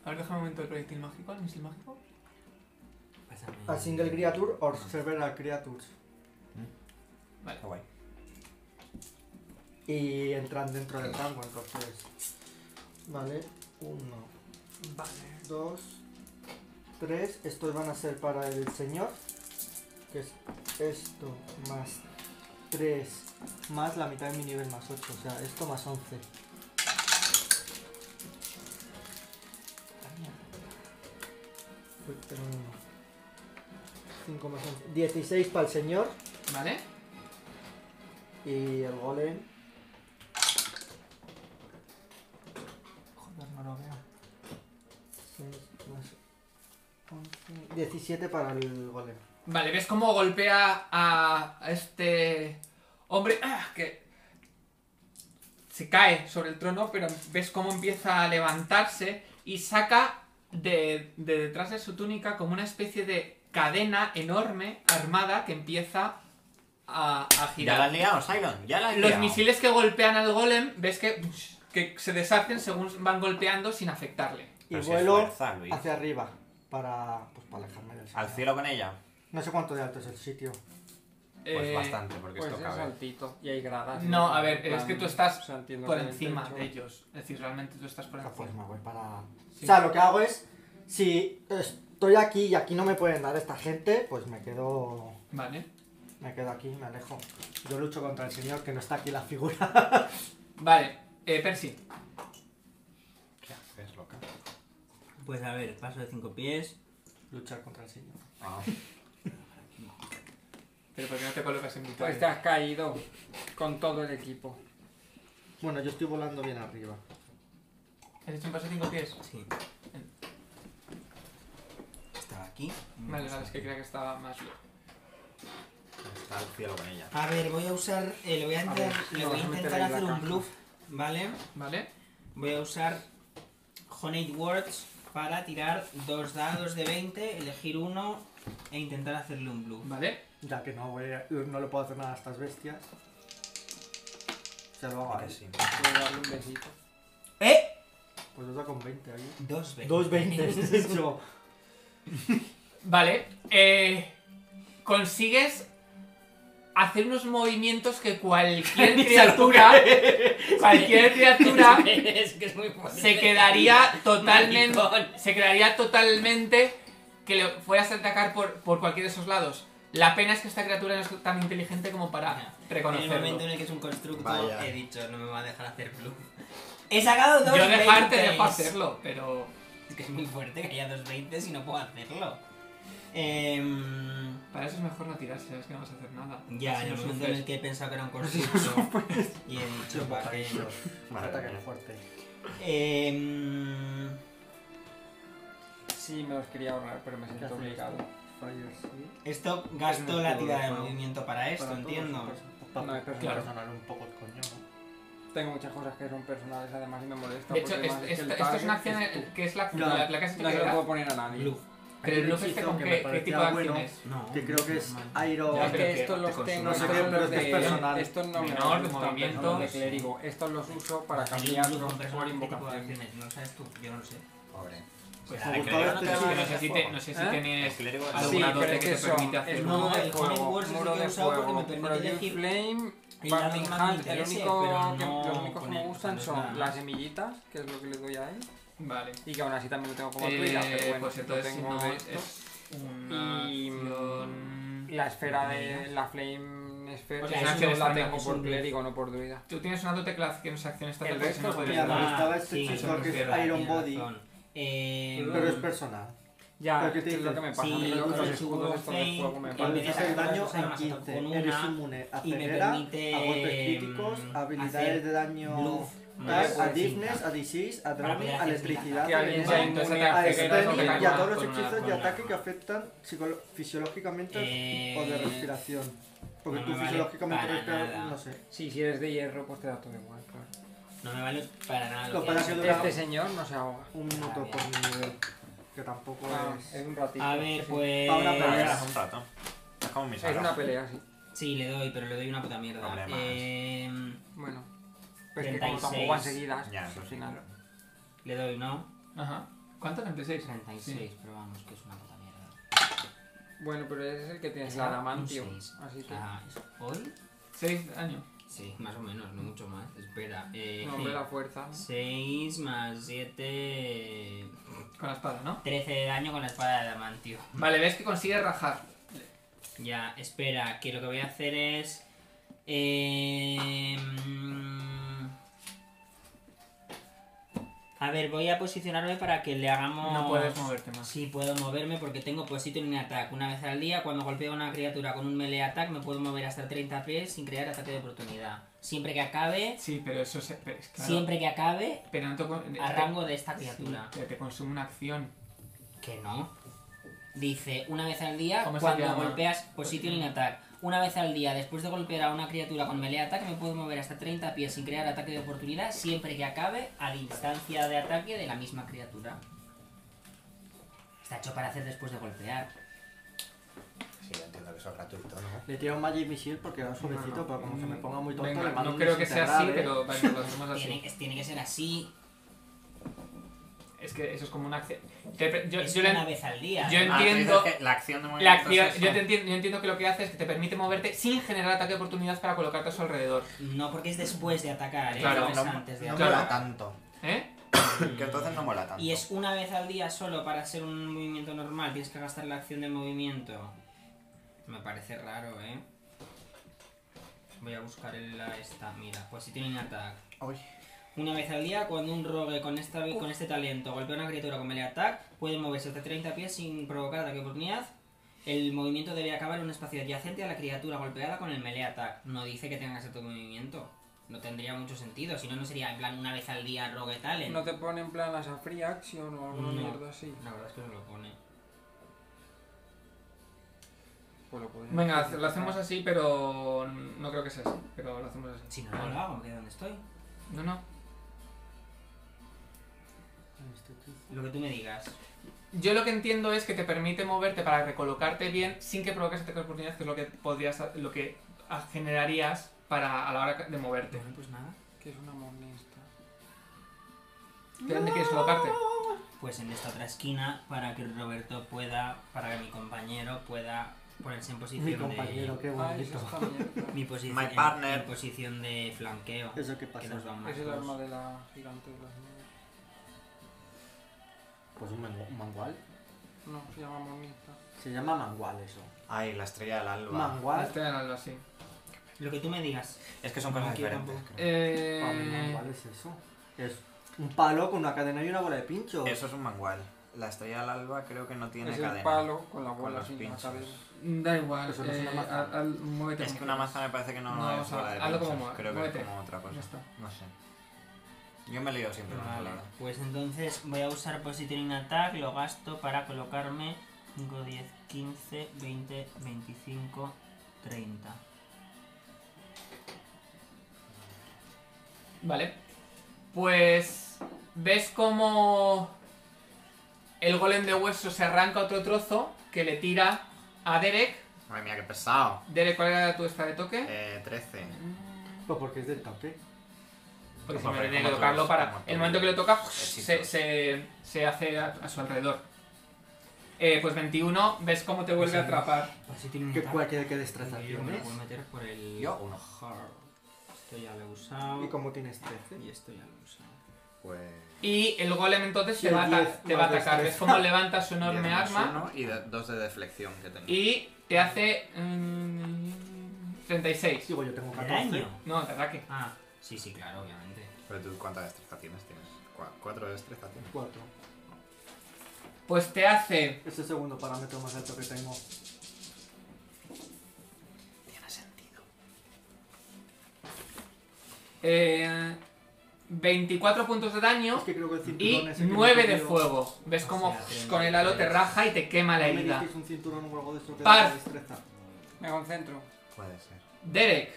A ver, déjame un momento el proyectil mágico, el misil mágico.
Pásame.
A single creature or several creatures.
Vale.
Qué guay.
Y entran dentro del rango, entonces. Vale, uno,
Vale.
dos, tres. Estos van a ser para el señor. Que es esto más tres, más la mitad de mi nivel más ocho. O sea, esto más once. Uy, pero no. Cinco más once. Dieciséis para el señor.
Vale.
Y el golem.
Joder, no lo veo.
6 más 11, 17 para el golem.
Vale, ¿ves cómo golpea a a este hombre ¡Ah! que se cae sobre el trono, pero ves cómo empieza a levantarse y saca de, de detrás de su túnica como una especie de cadena enorme, armada, que empieza a, a
Ya la has
girar.
liado, Simon, ya la has
Los
liado.
misiles que golpean al golem, ves que, que se deshacen según van golpeando sin afectarle.
Y
Pero si
vuelo
esfuerza, Luis.
hacia arriba para, pues, para alejarme del
Al
sitio.
cielo con ella.
No sé cuánto de alto es el sitio.
Pues
Eh,
bastante, porque
Pues
esto
es
cabe.
altito y hay gradas.
No, a
En
ver,
plan,
es que tú estás
o sea, entiendo
por
que el
encima
techo-
de ellos. Es decir, realmente tú estás por
Ah, Pues
encima.
me voy para...
Sí.
O sea, lo que hago es, si estoy aquí y aquí no me pueden dar esta gente, pues me quedo...
Vale.
Me quedo aquí, me alejo. Yo lucho contra el señor que no está aquí la figura.
Vale, eh, Percy.
¿Qué haces, loca?
Pues a ver, paso de 5 pies.
Luchar contra el señor.
Ah,
Pero ¿por qué no te colocas en mi
Pues te has caído con todo el equipo.
Bueno, yo estoy volando bien arriba.
¿Has hecho un paso de cinco pies?
Sí. Estaba aquí.
Vale, vale, es que creía que estaba más lejos.
está al cielo con ella.
A ver, voy a usar. eh, le voy a,
A
entrar-
ver,
le
lo
voy a
vas a meter
intentar
en la
hacer un
caja.
bluff, ¿vale?
¿Vale?
Voy a usar Honeyed Words para tirar dos dados de 20, elegir uno e intentar hacerle un bluff.
Vale.
Ya que no, voy a- no le puedo hacer nada a estas bestias. Se lo hago a
Que
él.
sí.
Voy a darle un besito.
¡Eh!
Pues yo con 20 ahí.
Dos veces.
Dos 20, de hecho.
Vale. Eh, consigues hacer unos movimientos que cualquier
Ni se lo
criatura. cualquier criatura
es que es muy fuerte.
se quedaría totalmente.
Maricón.
Se quedaría totalmente que le fueras a atacar por, por cualquiera de esos lados. La pena es que esta criatura no es tan inteligente como para
Ya. En el momento en
reconocerlo.
el que es un constructo,
Vaya.
he dicho, no me va a dejar hacer bluff. He sacado dos
Yo dejarte dejo
20s.
hacerlo, pero.
Es que es muy fuerte que haya dos 20 y no puedo hacerlo. Em,
Para eso es mejor no tirarse, es que no vas a hacer nada.
ya,
Así
en
no
el momento en
sufres.
el que he pensado que era un constructo. y he dicho, va, que.
Madre
Ataque
mía.
fuerte.
Em,
Sí, me los quería ahorrar, pero me siento
haces?
obligado.
Fire, sí.
esto
Es
gasto
un
la
escudo
tirada de
de fuego.
movimiento para esto,
Para todos,
entiendo.
pues,
Pa-
No, pero
claro.
sonar un poco el coño, ¿no?
Tengo muchas cosas que son personales, además, y me molesta.
De hecho,
porque
es- es-
además que el
esto es una
target
acción
es tú.
que es la,
No,
la, la que has hecho
No
que
se lo
era-
puedo poner a nadie.
Bluff.
Pero
Hay
el
un
bluff este
hechizo
con
que
qué,
me
qué
parecía
tipo de
bueno.
acciones.
No.
Que creo que es
normal.
Iron.
Ya,
Es
pero
que
que
estos
te
los
consume.
tengo,
No sé
estos
qué,
son
pero
los
es que es personal.
Estos no me
Menor, de
gustan,
movimiento.
pero son los de clérigo. Estos los uso para
Hacer un bluff
cambiarlos
con
por
personas, ¿qué tipo de
invocación.
acciones? No lo sabes tú, yo no lo sé.
Pobre.
Pues
Me
El
gustaba
clérigo no
este
te da
No
hechizo.
manos
sé
de
si, te-
fuego.
no sé si
¿Eh?
El
tienes
clerigo es
Sí,
alguna
pero
dote
es
que
que
te
son-
permite hacer
es
No,
un...
muro de
el Honey
fuego,
Wars es el
muro
que he
de
usado porque
fuego,
me permite
Produce
elegir
Flame, Burning
el lado más
Hand, el
interesante,
único
pero
que-
no
los únicos que me
poner-
gustan
o sea, no es nada
son las
más.
semillitas, que es lo que le doy a él,
Vale.
y que aún así también lo tengo como druida, pero
Eh,
bueno,
pues
lo
entonces si
tengo
no
de
es
esto.
una
Y, mm,
acción...
La esfera de la
O
Flame Sphere,
sea,
esa
Pues es
solo
una
la
acción
tengo
estándar,
por
es un-
clérigo, no por druida.
Tú tienes una dote que la acción es acción esta
El
tarde, si no
resto pues es
puedes
que-
ver.
Ah, estaba este
sí,
chico
me
que es
refiero,
Iron
tiene
Body.
razón. Eh,
Pero es personal.
Ya,
Pero ¿qué te
es lo
dice?
que me pasa,
Sí,
a mí
con
los
el
escudos estos de
Fate,
fuego me
en
Cuando
vez de
haces
parecen...
sacar
el daño
dos
a
armas, ataco
15,
con una
eres inmune a
y me
ceguera,
permite,
a golpes críticos,
em, Eh, hacer
habilidades de daño
bluff
tal,
más
a
cinco.
disness, a disease, a
Para poder
drowning, a
hacer
electricidad,
Que alguien sea
veneno,
entonces
inmune este
ataque
a
que ataque
stun
con la-
y a
con
todos los
una-
hechizos
con
de
una-
ataque que afectan psicolo- fisiológicamente
Eh,
o de respiración. Porque
no
tú
me vale
fisiológicamente
para
respiras,
nada.
no sé.
Sí, si eres de hierro, pues te da todo igual, claro.
No me vale para nada.
Lo para
hace.
que dura-
Este señor no se ahoga.
Un minuto por nivel, que tampoco
Ah,
es...
es un ratito.
A ver,
sí.
pues.
Para una
Ah,
pelea.
es un rato. Es como mis
Es una
alas.
pelea, sí.
Sí, le doy, pero le doy una puta mierda.
Problemas.
Eh,
Bueno. Pero es que como
36.
tampoco van seguidas,
Ya,
pues
eso
al
sí,
final.
pero-
le doy, ¿no?
Ajá. ¿Cuánto? 36.
36, pero vamos, que es una puta mierda.
Bueno, pero ese es el que tienes,
Es
la
un
adamantio.
seis.
Así
O
que.
sea, Ah, ¿es ¿Hoy?
6 años.
Sí, más o menos, no mucho más. Espera. Eh,
No, hombre, la fuerza.
6 más 7.
Con la espada, ¿no?
13 de daño con la espada de adamantio.
Vale, ves que consigues rajar.
Ya, espera, que lo que voy a hacer es. eh, mm, a ver, voy a posicionarme para que le hagamos.
No puedes moverte más.
Sí, puedo moverme porque tengo position en attack. Una vez al día, cuando golpeo a una criatura con un melee attack, me puedo mover hasta 30 pies sin crear ataque de oportunidad. Siempre que acabe,
Sí, pero eso se... pero es claro.
siempre que acabe,
Pero no te... con-
a rango de esta
Sí,
criatura.
pero te consume una acción.
Que no. Dice, una vez al día,
¿Cómo se
cuando
llama?
golpeas pues position in attack. Una vez al día, después de golpear a una criatura con melee attack, me puedo mover hasta 30 pies sin crear ataque de oportunidad siempre que acabe a la distancia de ataque de la misma criatura. Está hecho para hacer después de golpear.
Sí, yo entiendo que eso es gratuito, ¿no?
Le tiro un Magic Missile porque era suavecito,
No, no.
pero como se me ponga muy tonto,
mm, Venga,
le mando
No
un
creo que
misil
sea así,
integral, ¿eh?
pero venga, lo hacemos
Tiene,
así.
que- tiene que ser así.
Es que eso es como una acción. Te pre- Yo,
es
yo le-
una vez al día.
yo-
¿no?
Ah, tú dices
entiendo-
que la acción de
la
movimiento
acción-
es eso.
yo, te entiendo, yo entiendo que lo que hace es que te permite moverte sin generar ataque de oportunidad para colocarte a su alrededor.
No, porque es después de atacar, ¿eh?
Claro,
No
No,
es
no,
antes de
no
atacar.
Claro.
mola tanto.
¿Eh?
Mm.
Que entonces no mola tanto.
Y es una vez al día solo para hacer un movimiento normal. Tienes que gastar la acción de movimiento. Me parece raro, ¿eh? Voy a buscar el- la esta. Mira, pues si tienen attack.
Uy.
Una vez al día, cuando un rogue con, esta, con este talento golpea a una criatura con melee attack, puede moverse hasta 30 pies sin provocar ataque de oportunidad. El movimiento debe acabar en un espacio adyacente a la criatura golpeada con el melee attack. No dice que tengas otro movimiento. No tendría mucho sentido, si no, no sería en plan una vez al día rogue talent.
No te pone en plan las a free action o alguna
No.
mierda así.
La verdad es que no lo pone.
Pues lo ah, podrías
Venga,
hacer.
lo hacemos así, pero no creo que sea así. Pero lo hacemos así.
Si no, no lo hago, me quedo donde estoy.
No, no.
¿eh?
Lo que tú me digas.
Yo lo que entiendo es que te permite moverte para recolocarte bien sin que provoques ataques de oportunidad, que es lo que podrías, lo que generarías para a la hora de moverte.
Bueno, pues nada.
Que es una monista.
¿De dónde quieres colocarte?
Pues en esta otra esquina para que Roberto pueda, para que mi compañero pueda ponerse en posición
Mi
de...
compañero, qué
Ay, eso
bonito.
está Ah, mierda.
Mi posición,
My partner.
En, posición de flanqueo.
Eso que
que
pasa.
nos dan más
Es el
dos.
arma de la gigante de las nieves.
Pues un, mangu- un mangual.
No, se llama monista.
Se llama mangual eso.
Ay, la estrella del alba.
Mangual.
Este era algo así.
Ah,
Lo que tú me digas.
Es que son cosas
No quiero
diferentes. creo.
Eh,
Para mí mangual es eso. Es un palo con una cadena y una bola de pincho.
Eso es un mangual. La estrella del alba creo que no tiene
Es
cadena.
el palo con la
Con
bola
los
sin la
pinchos.
cabeza.
Da igual.
Eso no es
eh,
una maza.
haz- haz- muévete
Es
como
que una
quieras.
maza me parece que no,
No, o
es
sea,
bola de
hazlo como
pinchos.
mueva,
Creo que
muévete.
es como otra cosa.
Ya está.
No sé. Yo me he leído siempre una
Vale,
palabra.
pues entonces voy a usar Positioning Attack, lo gasto para colocarme 5, 10, 15, 20, 25, 30.
Vale. Pues ves como el golem de hueso se arranca otro trozo que le tira a Derek.
Madre mía, qué pesado.
Derek, ¿cuál era tu esta de toque?
Eh, 13.
Pues porque es del toque.
Porque si
Como
me
re-
tiene que
como
tocarlo
todos,
para.
como
El
todos.
momento que lo toca, se,
Éxito.
se, se hace a, a su alrededor. Eh, pues 21, ves cómo te
Pues
vuelve a atrapar.
Positioning
Que
Attack.
cualquier que
Yo
destreza
creo que me lo puedo
tienes.
meter por el...
Yo, uno.
Hard. Esto ya lo he usado.
Y como este. tienes 13.
Y esto ya lo he usado.
Pues.
Y el golem entonces te
Y
va, a,
el
ata-
10
te va a
más
atacar. Ves
destreza.
cómo levanta su
diez
enorme
más
arma
uno y de- dos de deflección que tengo.
y te hace. mm, 36.
Digo, yo tengo
¿De
14.
daño?
No, te ataque.
Ah, sí, sí, claro, obviamente.
Pero tú, ¿cuánta destreza tienes? ¿Tienes cua- cuatro de destreza? Tienes?
4.
Pues te hace.
Es el Este segundo parámetro más alto que tengo.
Tiene sentido.
eh, 24 puntos de daño
Es que creo que el
y
cinturón ese que me
9 de
salió-
fuego. Ves
Ah,
O
cómo
sea, treinta y
con el halo te
tres.
raja y te quema
¿No
la
me
herida.
dijisteis un cinturón o algo de eso que
Par.
da destreza?
Me concentro.
Puede ser.
Derek.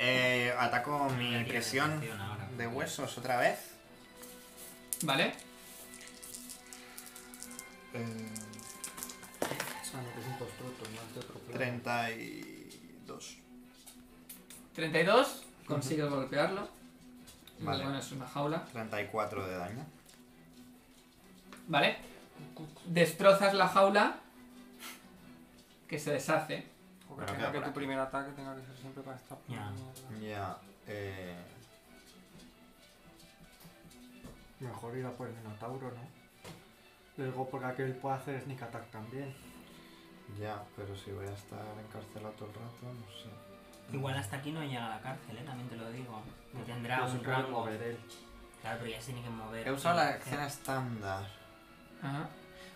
Eh, ataco mi
Ya tiene
presión
sensación ahora.
de huesos otra vez.
¿Vale?
Eh,
Ah, no, que es un constructo, no es de otro plano.
32.
32, consigues golpearlo.
Vale.
Bueno, es una jaula.
34 de daño.
Vale. Destrozas la jaula que se deshace.
Porque
Pero queda
tenga que
por
tu
aquí.
primer ataque tenga que ser siempre para esta puta
Ya.
Ya.
mierda.
Eh,
Mejor ir a por el Minotauro, ¿no? Luego, porque aquel puede hacer sneak attack también.
ya, pero si voy a estar encarcelado todo el rato, no sé.
Igual hasta aquí no llega a la cárcel, ¿eh? también te lo digo. Que tendrá
Pero se
un
puede
rango.
mover él.
Claro, pero eh. ya se tiene que mover.
He usado la acción
escena
estándar.
Ajá.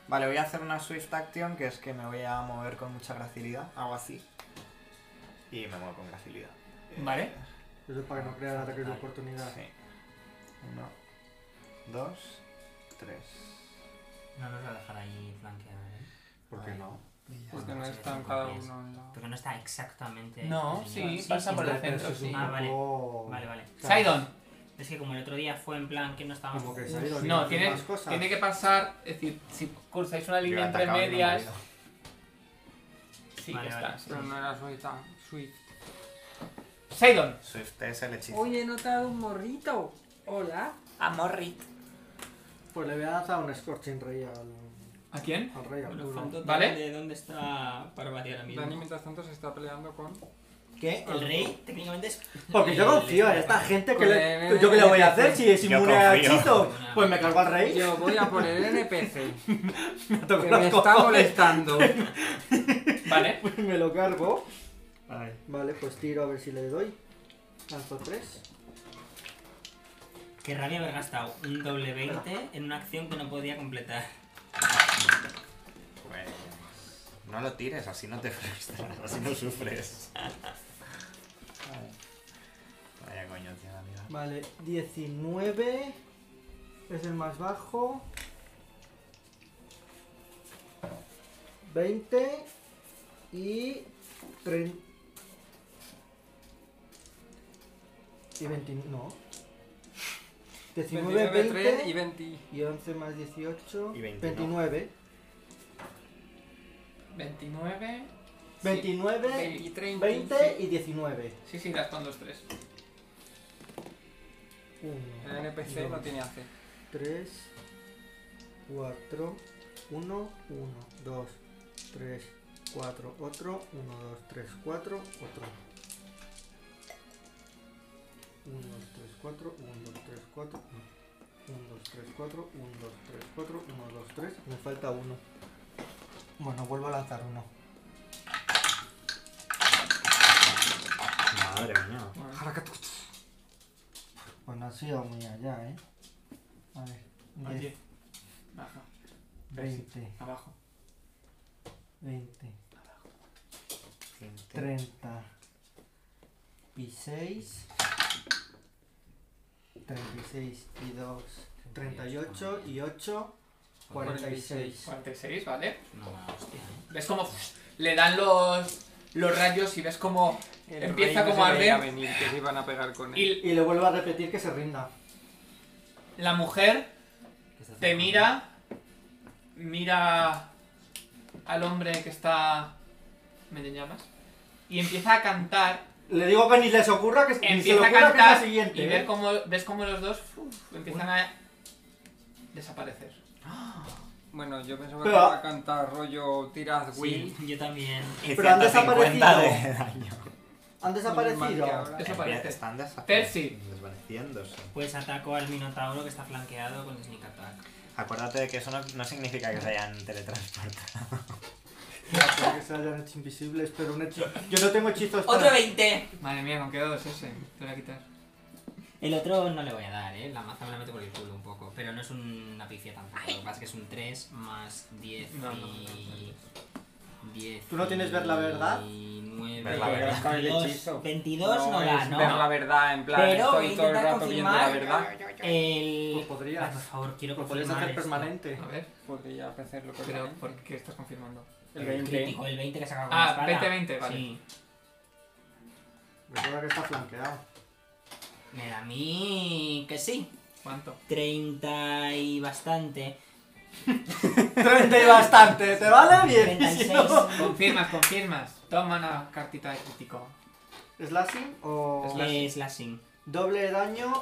Vale, voy a hacer una swift action, que es que me voy a mover con mucha gracilidad. Hago así. Y me muevo con gracilidad. Eh,
Vale.
Eso es para que no crear ataques de
Vale.
oportunidad.
Sí. Uno, dos, tres.
No nos va a dejar ahí flanquear, ¿eh?
¿Por qué no?
Porque no
Ah,
están
sí,
cada
sí,
uno en la...
Porque no está exactamente.
No,
alineado.
sí, pasa por el
Pero
centro,
eso es un
sí.
Ah, vale.
poco-
Vale, vale.
Sidon,
Es que como el otro día fue en plan que no estábamos.
Como que Sidon iba a
no,
hacer
tiene,
más cosas.
tiene que pasar, es decir, si cursáis una línea entre medias, sí,
Vale,
ya
vale.
está. sí.
Pero no era suelta. Sweet.
Sidon,
Swift es el hechizo.
Hoy he notado un morrito. Hola.
A Morrit.
Pues le voy a lanzar un Scorching Ray al,
¿a quién?
al Rey Arturo.
¿Vale?
¿De dónde está Parvati ahora mismo?
Dani mientras tanto se está peleando con...
¿Qué?
El rey técnicamente es.
Porque yo confío en esta gente que le, yo que le voy a hacer si es
Yo
inmune a
confío.
hechizo. Pues me cargo al rey.
Yo voy a por el NPC.
Me, toco
Que
los
me está
cojones,
molestando.
Vale,
me lo cargo. Vale, pues tiro a ver si le doy. Lanzo tres.
Qué rabia haber gastado un doble 20 en una acción que no podía completar.
Pues, no lo tires, así no te frustras, así no sufres. Vaya coño, tío, la vida.
Vale, 19. Es el más bajo. 20 y 30. Y 29. No. 19,
29, 3 y
20
20.
y 11 más 18.
Y 29.
29.
29. sí.
29,
23,
20 y 19.
Sí, sí, das con los tres.
El NPC no tiene AC.
3, 4, 1, 1, 2, 3, 4, otro, 1, 2, 3, 4, otro. 1, 2, 3, 4, 1, 2, 3, 4, 1, 2, 3, 4, 1, 2, 3, 4, 1, 2, 3, me falta uno. Bueno, vuelvo a lanzar uno.
Madre mía.
Pues no ha sido muy allá, ¿eh? A ver,
Oye,
10,
baja,
20,
abajo.
20. 30 y 6 36 y 2 38 y 8 46
46, ¿vale?
No, hostia.
¿Ves cómo uf, le dan los, los rayos y ves cómo
El
Empieza
rey no
como
se
a
veía
arder.
venir, que se iban a pegar con él.
y
y le vuelvo a repetir que se rinda
la mujer
¿Qué estás
te
haciendo?
mira, mira al hombre que está... ¿Me le llamas? Y empieza a cantar,
le digo que ni les ocurra que ni se le
empieza a
ocurra que es la
cantar
siguiente
y ver
¿eh?
cómo, ves cómo los dos uf, empiezan a desaparecer.
Bueno, yo pensaba
Pero-
que iba a cantar rollo tiras Will.
Sí, yo también.
Pero han
150
desaparecido.
de daño.
han desaparecido
Normal que ahora-
Desaparece.
Están desapa-
Percy.
desvaneciéndose.
Pues ataco al Minotauro que está flanqueado con Sneak Attack.
Acuérdate de que eso no, no significa que se hayan teletransportado.
Espera, que se hayan hecho invisibles pero un hechizo yo no tengo hechizos para-
20!
Madre mía, con qué dado es ese. Te voy a quitar.
El otro no le voy a dar, ¿eh? La maza me la meto por el culo un poco. Pero no es una pifia tampoco. Lo que pasa es que es un 3 más 10
No, no,
y... 10
¿Tú no tienes ver la verdad?
Y 9...
Ver la verdad
con el hechizo.
22 no, la,
es
¿no?
ver la verdad, en plan,
Pero voy
estoy
a
todo el
intentar
rato viendo la
confirmar.
verdad.
El...
Pues podrías.
Ay, por favor, quiero
lo podrías
confirmar
hacer
esto.
permanente
A ver,
Podría hacerlo con
pero
la-
¿por qué estás confirmando?
el
El
20.
crítico, el 20 que saca con
Ah,
la espada.
20-20, vale.
Sí.
recuerda que está flanqueado
Me da a mí que sí.
¿Cuánto?
30 y bastante.
30 y bastante te vale bien
36.
Confirmas, confirmas. Toma una cartita de crítico.
slashing o
Es slashing.
Doble de daño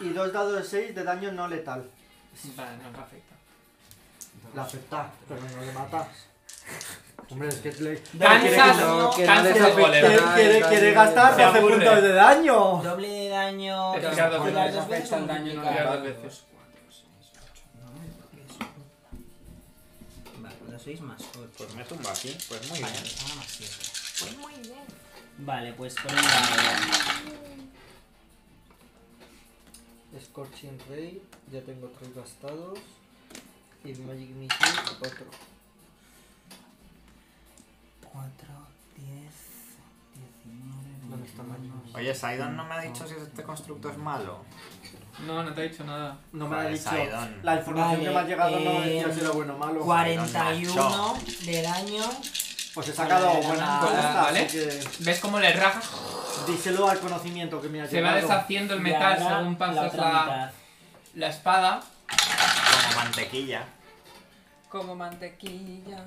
y dos dados de 6 de daño no letal.
Vale, no me afecta.
La afecta, pero no le mata. Hombre, es que es le...
Cansas,
no, que no
cansas
le
al
afecte.
golem.
Pero-
quiere, quiere gastar
Se
12
aburre.
puntos de daño.
Doble de daño.
Es tirar dos veces.
¿Puedo dar dos veces
Afecta
o
el daño, no
multiplicar?
tirar dos veces.
Dos, cuatro, seis, ocho, nueve, diez, once. Vale, cuatro, seis más ocho.
Pues me tumba aquí, pues muy
Vale,
bien.
ah, más siete. Vale, pues por un lado.
Scorching Ray, ya tengo 3 gastados. Y Magic Missile, otro.
4, 10, 19,
¿Dónde los tamaños.
Oye, Sidon no me ha dicho si este constructo es malo.
No, no te he dicho nada.
No me lo ha
Joder,
dicho.
Sidon.
La información
Vale,
que me ha llegado no me decía
eh,
si era bueno o malo.
macho.
41 de daño.
Pues he sacado
Vale,
buenas
vale,
cosas,
vale.
así que
¿Ves cómo le raja?
díselo al conocimiento que me ha
Se va
llegado.
deshaciendo el
y
metal
ahora
según
la
pasas
otra
la,
mitad.
la espada.
Como mantequilla.
Como mantequilla.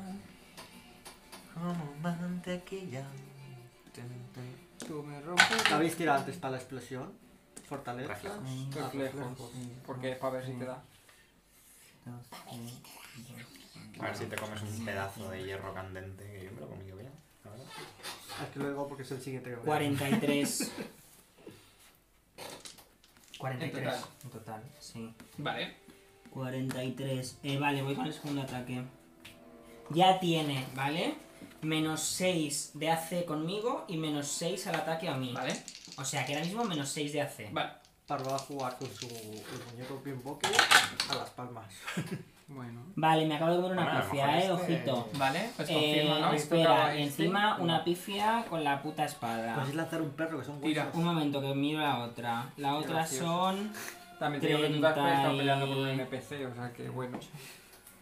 Como mantequilla. Tun, tun.
Tú me rompes.
¿Habéis tirado antes para la explosión? Fortaleza.
Reflejo.
Reflejos. Porque es para ver si te da.
A ver si te comes un pedazo de hierro candente, que yo me lo he comido bien, la verdad.
Es que luego porque es el siguiente que voy a-
43. 43
En total.
en total, sí.
Vale.
43. Eh, vale, voy con el segundo ataque. Ya tiene, ¿vale? Menos 6 de AC conmigo y menos 6 al ataque a mí.
Vale.
O sea que ahora mismo menos 6 de AC.
Vale.
Parva va a jugar con su el muñeco Pinboque a las palmas.
Bueno.
Vale, me acabo de comer una
Bueno, a lo
pifia, eh,
mejor este-
ojito.
Vale. Pues
Eh,
confirma, ¿no?
espera,
Este-
encima una pifia con la puta espada.
Pues es lanzar un perro que son
Tira.
huesos.
Un momento, que miro la otra. La otra
Gracioso.
son.
También te digo que tú te has
Treinta
estado peleando por un
y-
NPC, o sea que bueno.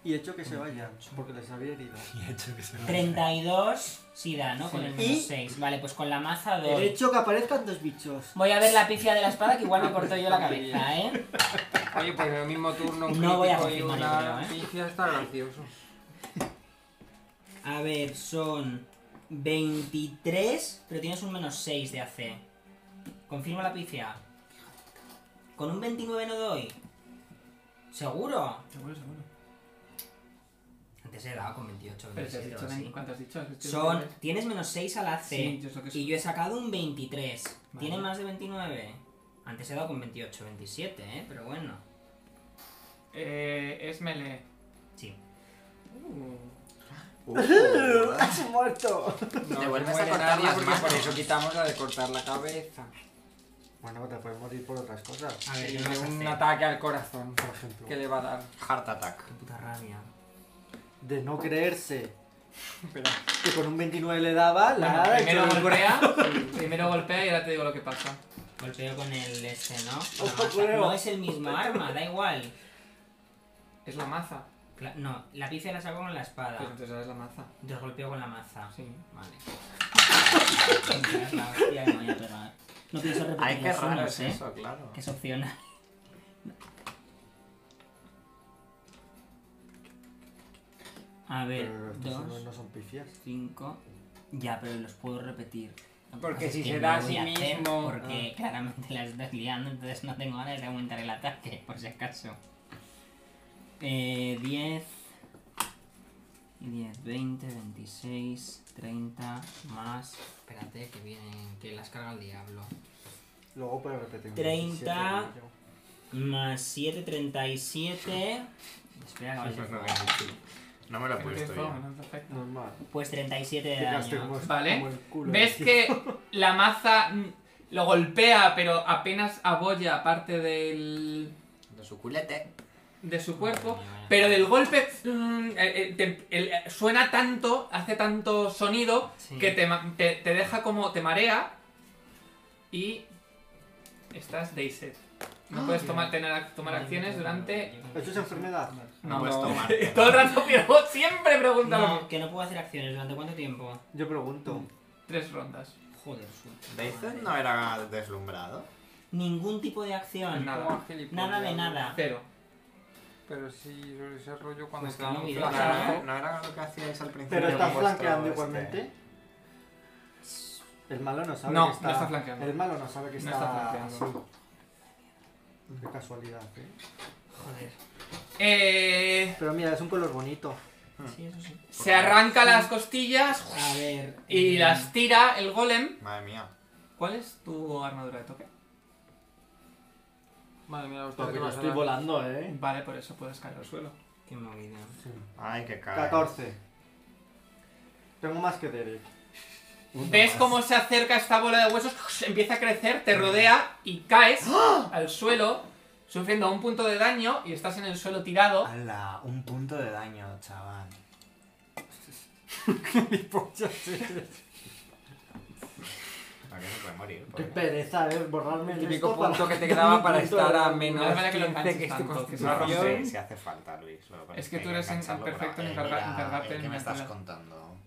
Y he hecho que se vayan, porque les había herido.
Y hecho que se
32 sí da, ¿no? Con
Sí.
el menos
Y-
6. Vale, pues con la maza
He
2.
hecho que aparezcan dos bichos.
Voy a ver la pifia de la espada que igual me corto yo la cabeza, ¿eh?
Oye, pues en el mismo turno un
No voy a
crítico y
confirmar, ¿eh? yo
una
creo,
pifia está gracioso.
A ver, son 23, pero tienes un menos 6 de AC. Confirmo la pifia. Con un 29 no doy. ¿Seguro?
Seguro, seguro.
Antes he dado con 28,
Pero si has
27 o
dicho
así.
20, ¿cuánto has dicho? Has dicho
Son...
19.
Tienes menos 6 al AC.
Sí, yo sé que
Y
sí.
yo he sacado un 23.
Vale.
¿Tiene más de 29? Antes he dado con 28, 27, ¿eh? Pero bueno.
Eh, es melee.
Sí.
Uh,
Uh.
¡Has muerto!
No
Te
se
vuelves a
muere
cortar
nadie
las
porque
manos.
por eso quitamos la de cortar la cabeza.
Bueno, pues te puedes morir por otras cosas.
A ver,
Y
¿qué
de
vas a
un
hacer?
ataque al corazón
Por ejemplo,
que le va a dar.
Heart attack.
Qué puta rabia.
de no creerse
Espera.
que con un 29 le daba, la
bueno,
ha hecho
primero
un-
golpea, primero golpea y ahora te digo lo que pasa.
Golpeo con el este, ¿no?
Ojo,
La maza.
creo.
no es el mismo arma, da igual.
Es la maza.
Cla- No, la pifia la saco con la espada.
Pues entonces ahora es la maza.
Entonces golpeo con la maza.
Sí.
Vale. Mira, es la hostia que me voy a pegar. eh. No pienso repetir
Ay, qué
los
raro
unos,
es
¿eh?
eso, claro.
Que es opcional. A
Pero
ver,
estos son-
dos,
no son pifias.
cinco... Ya, pero los puedo repetir. Lo que
Porque
pasa es
si
que
se
no
da a
voy
sí
hacer
mismo- ah.
Porque claramente las estás liando, entonces no tengo ganas de aumentar el ataque, por si acaso. Eh, 10... 10, 20, 26, 30, más... Espérate, que vienen... que las carga el diablo.
Luego puedes repetir.
30. Más 7, 37. Espera, que vais a jugar.
No me lo he
Empieza,
puesto yo.
bueno, perfecto.
Normal.
Pues 37 de
Te quedaste
daño.
como-
Vale.
como el culo.
¿Ves que la maza mm, lo golpea, pero apenas aboya parte del,
De su culete.
de su cuerpo?
Madre mía.
Pero del golpe mm, eh, eh, te- el- eh, suena tanto, hace tanto sonido,
Sí.
que te, ma- te- te deja como, te marea y estás dazed. No
Ah,
puedes tomar, tener, ac- tomar acciones durante...
¿Eso es enfermedad?
No
No,
puedes
no.
tomar.
Todo el rato pero siempre pregunta lo mismo.
No, que no puedo hacer acciones. ¿Durante cuánto tiempo?
Yo pregunto.
Tres rondas.
Joder, su puta
Dazed
madre.
no era deslumbrado.
Ningún tipo de acción.
Nada.
Como a gilipollas.
Nada de nada.
Cero.
Pero sí, ese rollo cuando
Pues
te
que
dan
no
un
me
No
digas,
flash,
era,
¿no?
no era lo que hacíais al principio.
Pero está
con vuestro
flanqueando
este.
igualmente. El malo no sabe
No,
que está.
no está flanqueando.
El malo no sabe
No
que está.
está flanqueando.
así. Qué casualidad, ¿eh?
Joder.
Eh,
Pero mira, es un color bonito.
Hmm.
Sí, eso sí.
se arranca las costillas
A ver.
y
eh,
las tira el golem.
Madre mía.
¿Cuál es tu armadura de toque?
Madre mía, los
Porque yo
toques
estoy volando, ¿eh?
Vale, por eso puedes caer al suelo.
Qué movida.
Sí.
Ay, qué cara.
14. Tengo más que Derek.
¿Ves cómo se acerca esta bola de huesos? Empieza a crecer, te rodea y caes al suelo, sufriendo un punto de daño y estás en el suelo tirado.
Hala, un punto de daño, chaval.
Gilipollas eres.
¿A qué se puede morir?
Qué
pobre?
pereza, eh, borrarme
El
el
típico
resto
punto
para-
que te quedaba para
Un punto
estar
de-
a menos
Además, que lo
15
enganches
que es tu
tanto, que se
No lo sé
constitución.
si hace falta, Luis. Lo
Es que tú eres en-
engancharlo por
perfecto en
abajo.
encargar-
Eh, mira,
encargarte
¿Qué
en
me estás
encargar-
contando?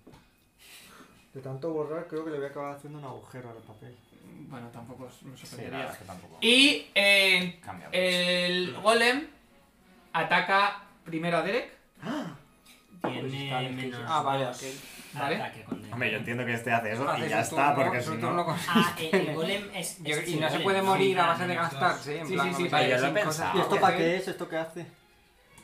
De tanto borrar, creo que le voy a acabar haciendo un agujero al papel.
Bueno, tampoco os- me
Sí, la verdad
sorprendería.
es que tampoco.
Pues Y eh,
Cambia mucho.
el golem ataca primero a Derek.
Pues
Tiene
está
menos.
difícil. Ah, vale,
dos
ok.
Vale.
Ataque con
Hombre, yo entiendo que este hace eso
Haces
y ya
un
está,
turno-
porque
un
si
turno
no.
con-
Ah, eh, el golem es.
Yo-
es-
y
sí,
no se
golem,
puede
sí,
morir a
gana
base de
menos dos.
gastarse, en
Sí,
plan,
sí,
no
sí,
me
sí,
vayas
ya lo he
sin cosas.
pensado.
¿Y esto
ok.
para qué es? ¿Esto qué hace?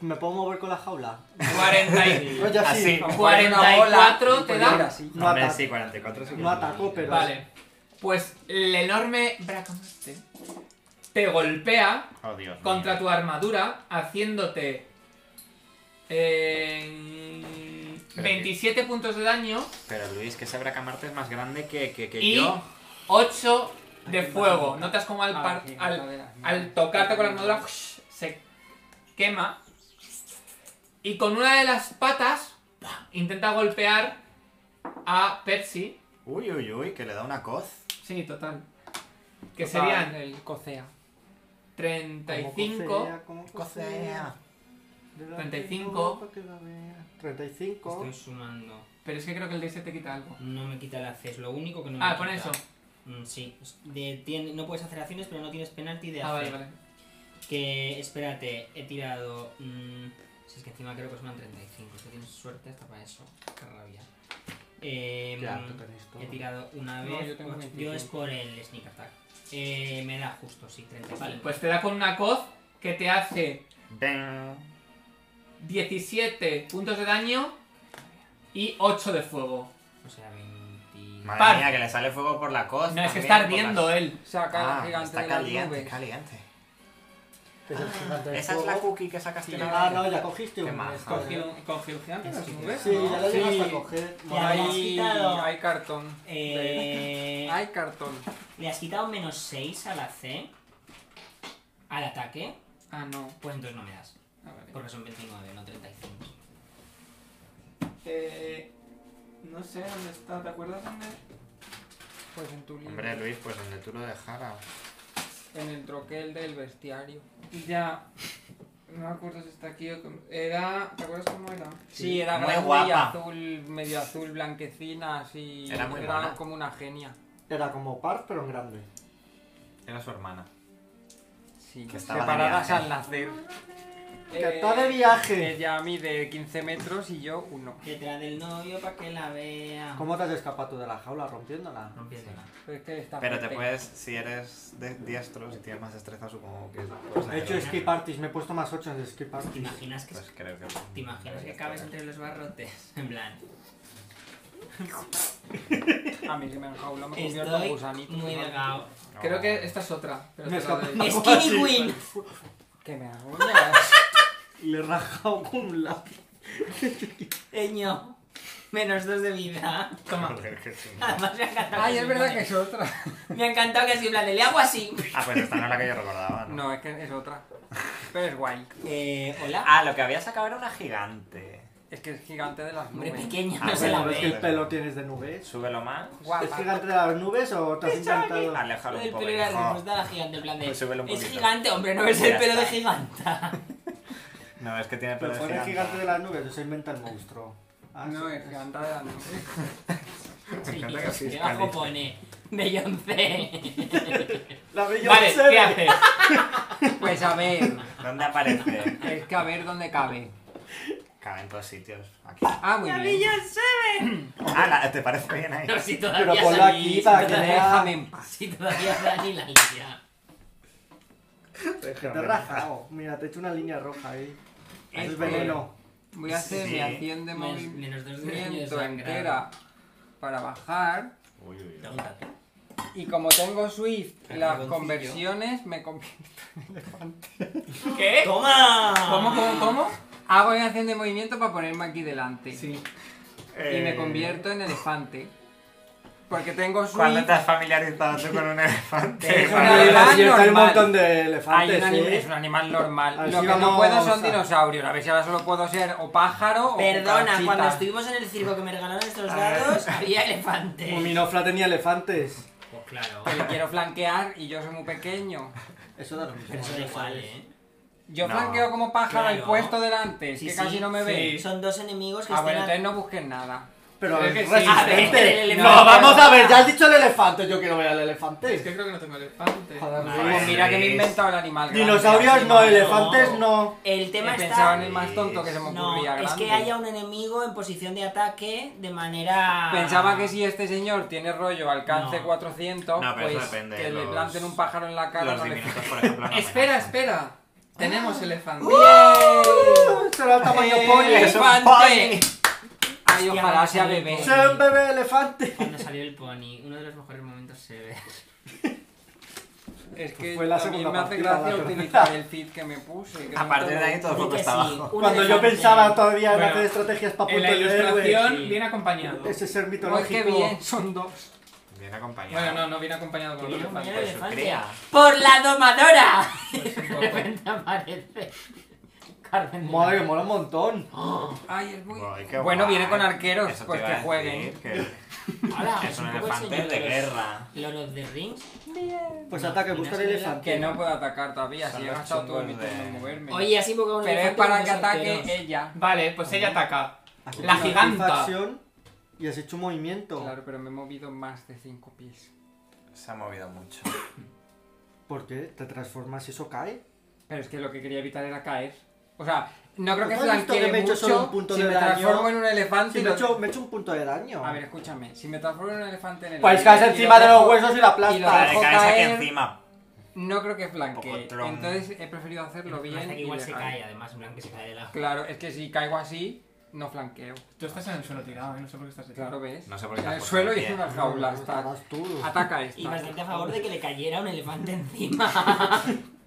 ¿Me puedo mover con la jaula?
40 y-
Así.
Oye, así.
Como jugar en una bola,
44 te
pues
da.
era así.
No
Hombre,
ataco.
sí, 44 sí que
No
es
ataco,
muy-
pero-
Vale. Pues el enorme Bracamante te golpea
Oh, Dios mío.
contra tu armadura, haciéndote eh,
Espera,
27 puntos de daño
Pero Luis, que ese Bracamarte es más grande que, que, que
y
yo.
8 de fuego. Notas como al,
Ah,
par-
sí, a
al,
ver, a ver.
al tocarte con la armadura ¡fush! se quema y con una de las patas ¡pua! intenta golpear a Percy.
Uy, uy, uy, que le da una coz.
Sí, total. Que
Total,
serían
el cocea.
Como
35.
cocea, como cocea. De la
35.
boca que la vea. 35.
Estoy sumando.
Pero es que creo que el D7 te quita algo.
No me quita la C, es lo único que no me
Ah,
quita.
pon eso.
Mm, Sí, es- de- tiene- no puedes hacer acciones, pero no tienes penalti de
Ah, vale,
hacer.
vale.
Que, espérate, he tirado... mm, si es que encima creo que son 35, si tienes suerte hasta para eso. Qué rabia. Eh,
Ya,
mm,
tú tenés todo.
he tirado una
No,
vez...
yo tengo
ocho-
25.
es por el sneak attack. Eh, me da justo, sí, 35.
Vale, pues te da con una coz que te hace
Ven.
17 puntos de daño y 8 de fuego.
O sea, 20...
Madre
Par.
mía, que le sale fuego por la coz.
No, es que eh,
también,
está ardiendo
por las-
él.
Saca
Ah,
la gigante
está
de las
caliente,
nubes.
caliente.
Que Ah, es el gigante de
Esa es
fuego.
la cookie que sacaste
Sí,
la
Ah, no, ya cogiste
Qué
un.
maja.
esto,
Cogí
¿eh?
un- cogí un gigante,
Es que
¿no?
Sí, ya lo
Sí.
llegaste a coger.
Ya, ya lo has
Hay-
quitado.
Hay cartón.
Eh,
Hay cartón.
Le has quitado menos 6 a la C. Al ataque.
Ah, no.
Pues entonces no me das.
Ah, vale.
Porque son 29, no 35.
Eh, no sé dónde está, ¿te acuerdas dónde?
Pues en tu libro.
Hombre, Luis, pues donde tú lo dejaras.
En el troquel del bestiario.
Ya. No me acuerdo si está aquí o... com- Era... ¿Te acuerdas cómo era?
Sí, era
Muy
grande y
guapa.
azul, medio azul, blanquecina, así.
Era muy buena.
como una genia.
Era como par, pero en grande.
Era su hermana.
Sí,
Que estaba de
separadas
viaje.
al nacer. Eh,
¡Que está de viaje!
Ella mide 15 metros y yo uno.
Detrás del novio para que la vea.
¿Cómo te has escapado tú de la jaula rompiéndola?
Rompiéndola.
Pero es que está
Pero te
fuerte.
puedes, si eres de- diestro, si tienes más destreza, supongo que puedes
He hecho
hacerlo.
skip artist, me he puesto más 8 en skip
¿Te
artist.
imaginas que,
Pues creo que.
te imaginas que cabes entre los barrotes? En plan,
A mí se me enjaula, me convierto en
estoy
gusanito.
muy delgado.
No.
Creo que esta es otra. Pero
Me
te la doy.
escapa.
¡Skinny Queen!
Que me agullas.
Le he rajado con un lápiz.
Eño, menos dos de vida.
Toma.
Joder, que sí. Ah,
Además me ha encantado.
Ay,
que
es
sí,
verdad
en
que
plan-
es otra.
Me ha encantado que así, en plan, de, le hago así.
Ah, pues esta no es la que yo recordaba, ¿no?
No, es que es otra. Pero es guay.
Eh, hola.
Ah, lo que había sacado era una gigante.
Es que es gigante de las
Hombre
nubes.
pequeña,
Ah,
no Pues se la
Bueno, ¿ves que
ve.
el pelo tienes de nubes?
Súbelo más.
¿Es
Guapa.
gigante de las nubes o te has inventado?
Aléjalo un
El
poco.
pelo era
hijo.
respuesta de la gigante, en plan de.
Pues súbelo un
es
poquito".
gigante, hombre, no ves el
Ya
pelo de
está.
giganta.
No, es que tiene pelo
Pero
de
pone
gigante.
gigante de las nubes, o se inventa el monstruo. Ah,
No,
sí,
es gigante de las nubes.
encanta que
Sí, y
fiscalice.
debajo pone. Beyoncé.
La bella
Vale,
Sere.
¿qué haces?
Pues a ver.
¿Dónde aparece?
Es que a ver dónde cabe.
Cabe en todos sitios. Aquí.
Ah, muy bien.
Ah, la- ¿te parece bien ahí?
Pero si todavía
Pero ponlo
salí-
aquí
si
para que
todavía-
vea.
Déjame en paz.
Si todavía Dani la lía.
Te he rajado. oh, Mira, te he hecho una línea roja ahí.
Ay,
Eso es veneno.
Voy a hacer
Sí.
mi acción de
Menos- menos dos de daño de
movimiento
sangrado.
entera para bajar.
Uy, uy, uy.
Pregúntate.
Y como tengo Swift,
El
las
dragoncillo.
conversiones me convierto en elefante. ¿Eh?
¿Qué?
¡Toma!
¿Cómo, cómo, cómo?
Hago mi acción de movimiento para ponerme aquí delante.
Sí.
Y me
Eh,
convierto en elefante. Porque tengo
¿Cuándo te
Swift.
has familiarizado tú con un elefante?
Es
Yo
una realidad
hay un
normal.
montón de
Hay un
elefantes,
anim-
¿eh?
es un animal normal.
Así
Lo que no
vamos
puedo son
a-
dinosaurios. A ver si ahora solo puedo ser o pájaro o
Perdona,
cucachita.
cuando estuvimos en el circo que me regalaron estos dados, había elefante.
Minofla tenía elefantes.
Pues claro.
Que le quiero flanquear y yo soy muy pequeño.
Eso da lo mismo.
Pero eso da
Pues son
igual,
iguales.
¿eh?
Yo
No.
flanqueo como pájaro y
Claro.
puesto delante, es
Sí,
que
sí,
casi no me
sí.
ve.
Son dos enemigos que
Ah, bueno,
están...
entonces no busquen nada.
Pero
Creo
es
que sí.
A ver, el
resistente.
elefante.
no, vamos a ver, ya has dicho el elefante. Yo quiero ver al elefante.
Es que creo que no tengo elefante.
Joder,
Vale.
Rubén.
Pues mira que me he inventado el animal. grande.
Dinosaurios no,
no.
elefantes no.
El tema
He pensado en
está...
el más tonto que se me
No,
ocurría.
es que
grande.
haya un enemigo en posición de ataque de manera...
Pensaba que si este señor tiene rollo alcance
No.
400,
No, pero eso
pues
depende,
que le
los-
planten un pájaro en la cara.
Los
No le...
diminutos, por ejemplo, no
Espera,
amenazan.
espera.
Ah.
Tenemos
Uh,
elefante.
¡Bien! Será el tamaño
¡Eh,
pony.
Es un
elefante!
pony.
Ay,
Hostia,
ojalá
no
sea
sale
bebé.
el
Soy un bebé elefante.
Cuando salió el pony, uno de los mejores momentos se ve.
Es que
Fue la
también
segunda
me hace
partida, la
gracia
tercera.
utilizar el feed que me puse. que no
Aparte de
tengo-
ahí, todo el
Di
foco
que
está
sí,
abajo.
un
Cuando yo
elefante.
pensaba todavía en
Bueno,
hacer estrategias para
En
puntos
la
de héroe.
ilustración
sí.
viene acompañado.
Ese ser
Ay, Pues qué
mitológico.
bien, son dos.
Bien acompañado.
Bueno, no, no viene acompañado con los
Viene acompañado
elefantes.
de
Pues
elefante.
crea.
¡Por la domadora!
Pues un
De
poco.
repente aparece Carmen. Oh, de
Madre,
la-
que mola un montón.
Ay, es muy.
Ay, qué
bueno,
guay.
viene con arqueros,
Eso te
pues
iba
que
a decir,
jueguen.
que
Hola,
Es un
poco el
elefante
señor
de
los-
guerra.
Lord of the Rings.
Pues
No,
ataque,
y no
busca el
se le da
elefante.
Que no puedo atacar todavía,
Son
si he
los
gastado todo mi
chungos de-
turno en moverme.
Oye, así porque un
pero es
elefante
para
con
que
dos
ataque
arqueros.
ella.
Vale, pues ella ataca.
Has
La
hecho una
giganta.
acción Y has hecho un movimiento.
Claro, pero me he movido más de 5 pies.
Se ha movido mucho.
¿Por qué? ¿Te transformas y eso cae?
Pero es que lo que quería evitar era caer. O sea, no creo que
¿Tú has visto Pues que
flanquee
me he hecho
mucho
solo un punto
si
de
me
daño?
transformo en un elefante
Si
y
me he
Ah, lo-
hecho, me he hecho un punto de daño.
A ver, escúchame, si me transformo en un elefante en el
Pues
aire
caes
y lo
encima de los
dejo-
huesos y la
y
aplastas.
lo
Vale,
dejo
caes aquí
caer.
encima.
No creo que
Poco
flanquee.
tron.
Entonces he preferido hacerlo bien.
Parece que
y
igual se
dejar.
cae, además, en plan que se cae de lado.
Claro, es que si caigo así, no flanqueo.
Tú estás en el suelo tirado, ¿eh? no sé por qué estás tirado.
Claro, ¿ves?
No sé por qué.
en
te
el
has
suelo y
puesto
en una
de
jaula está.
Estarás tú.
Ataca esta.
Y bastante a favor de que le cayera un elefante encima.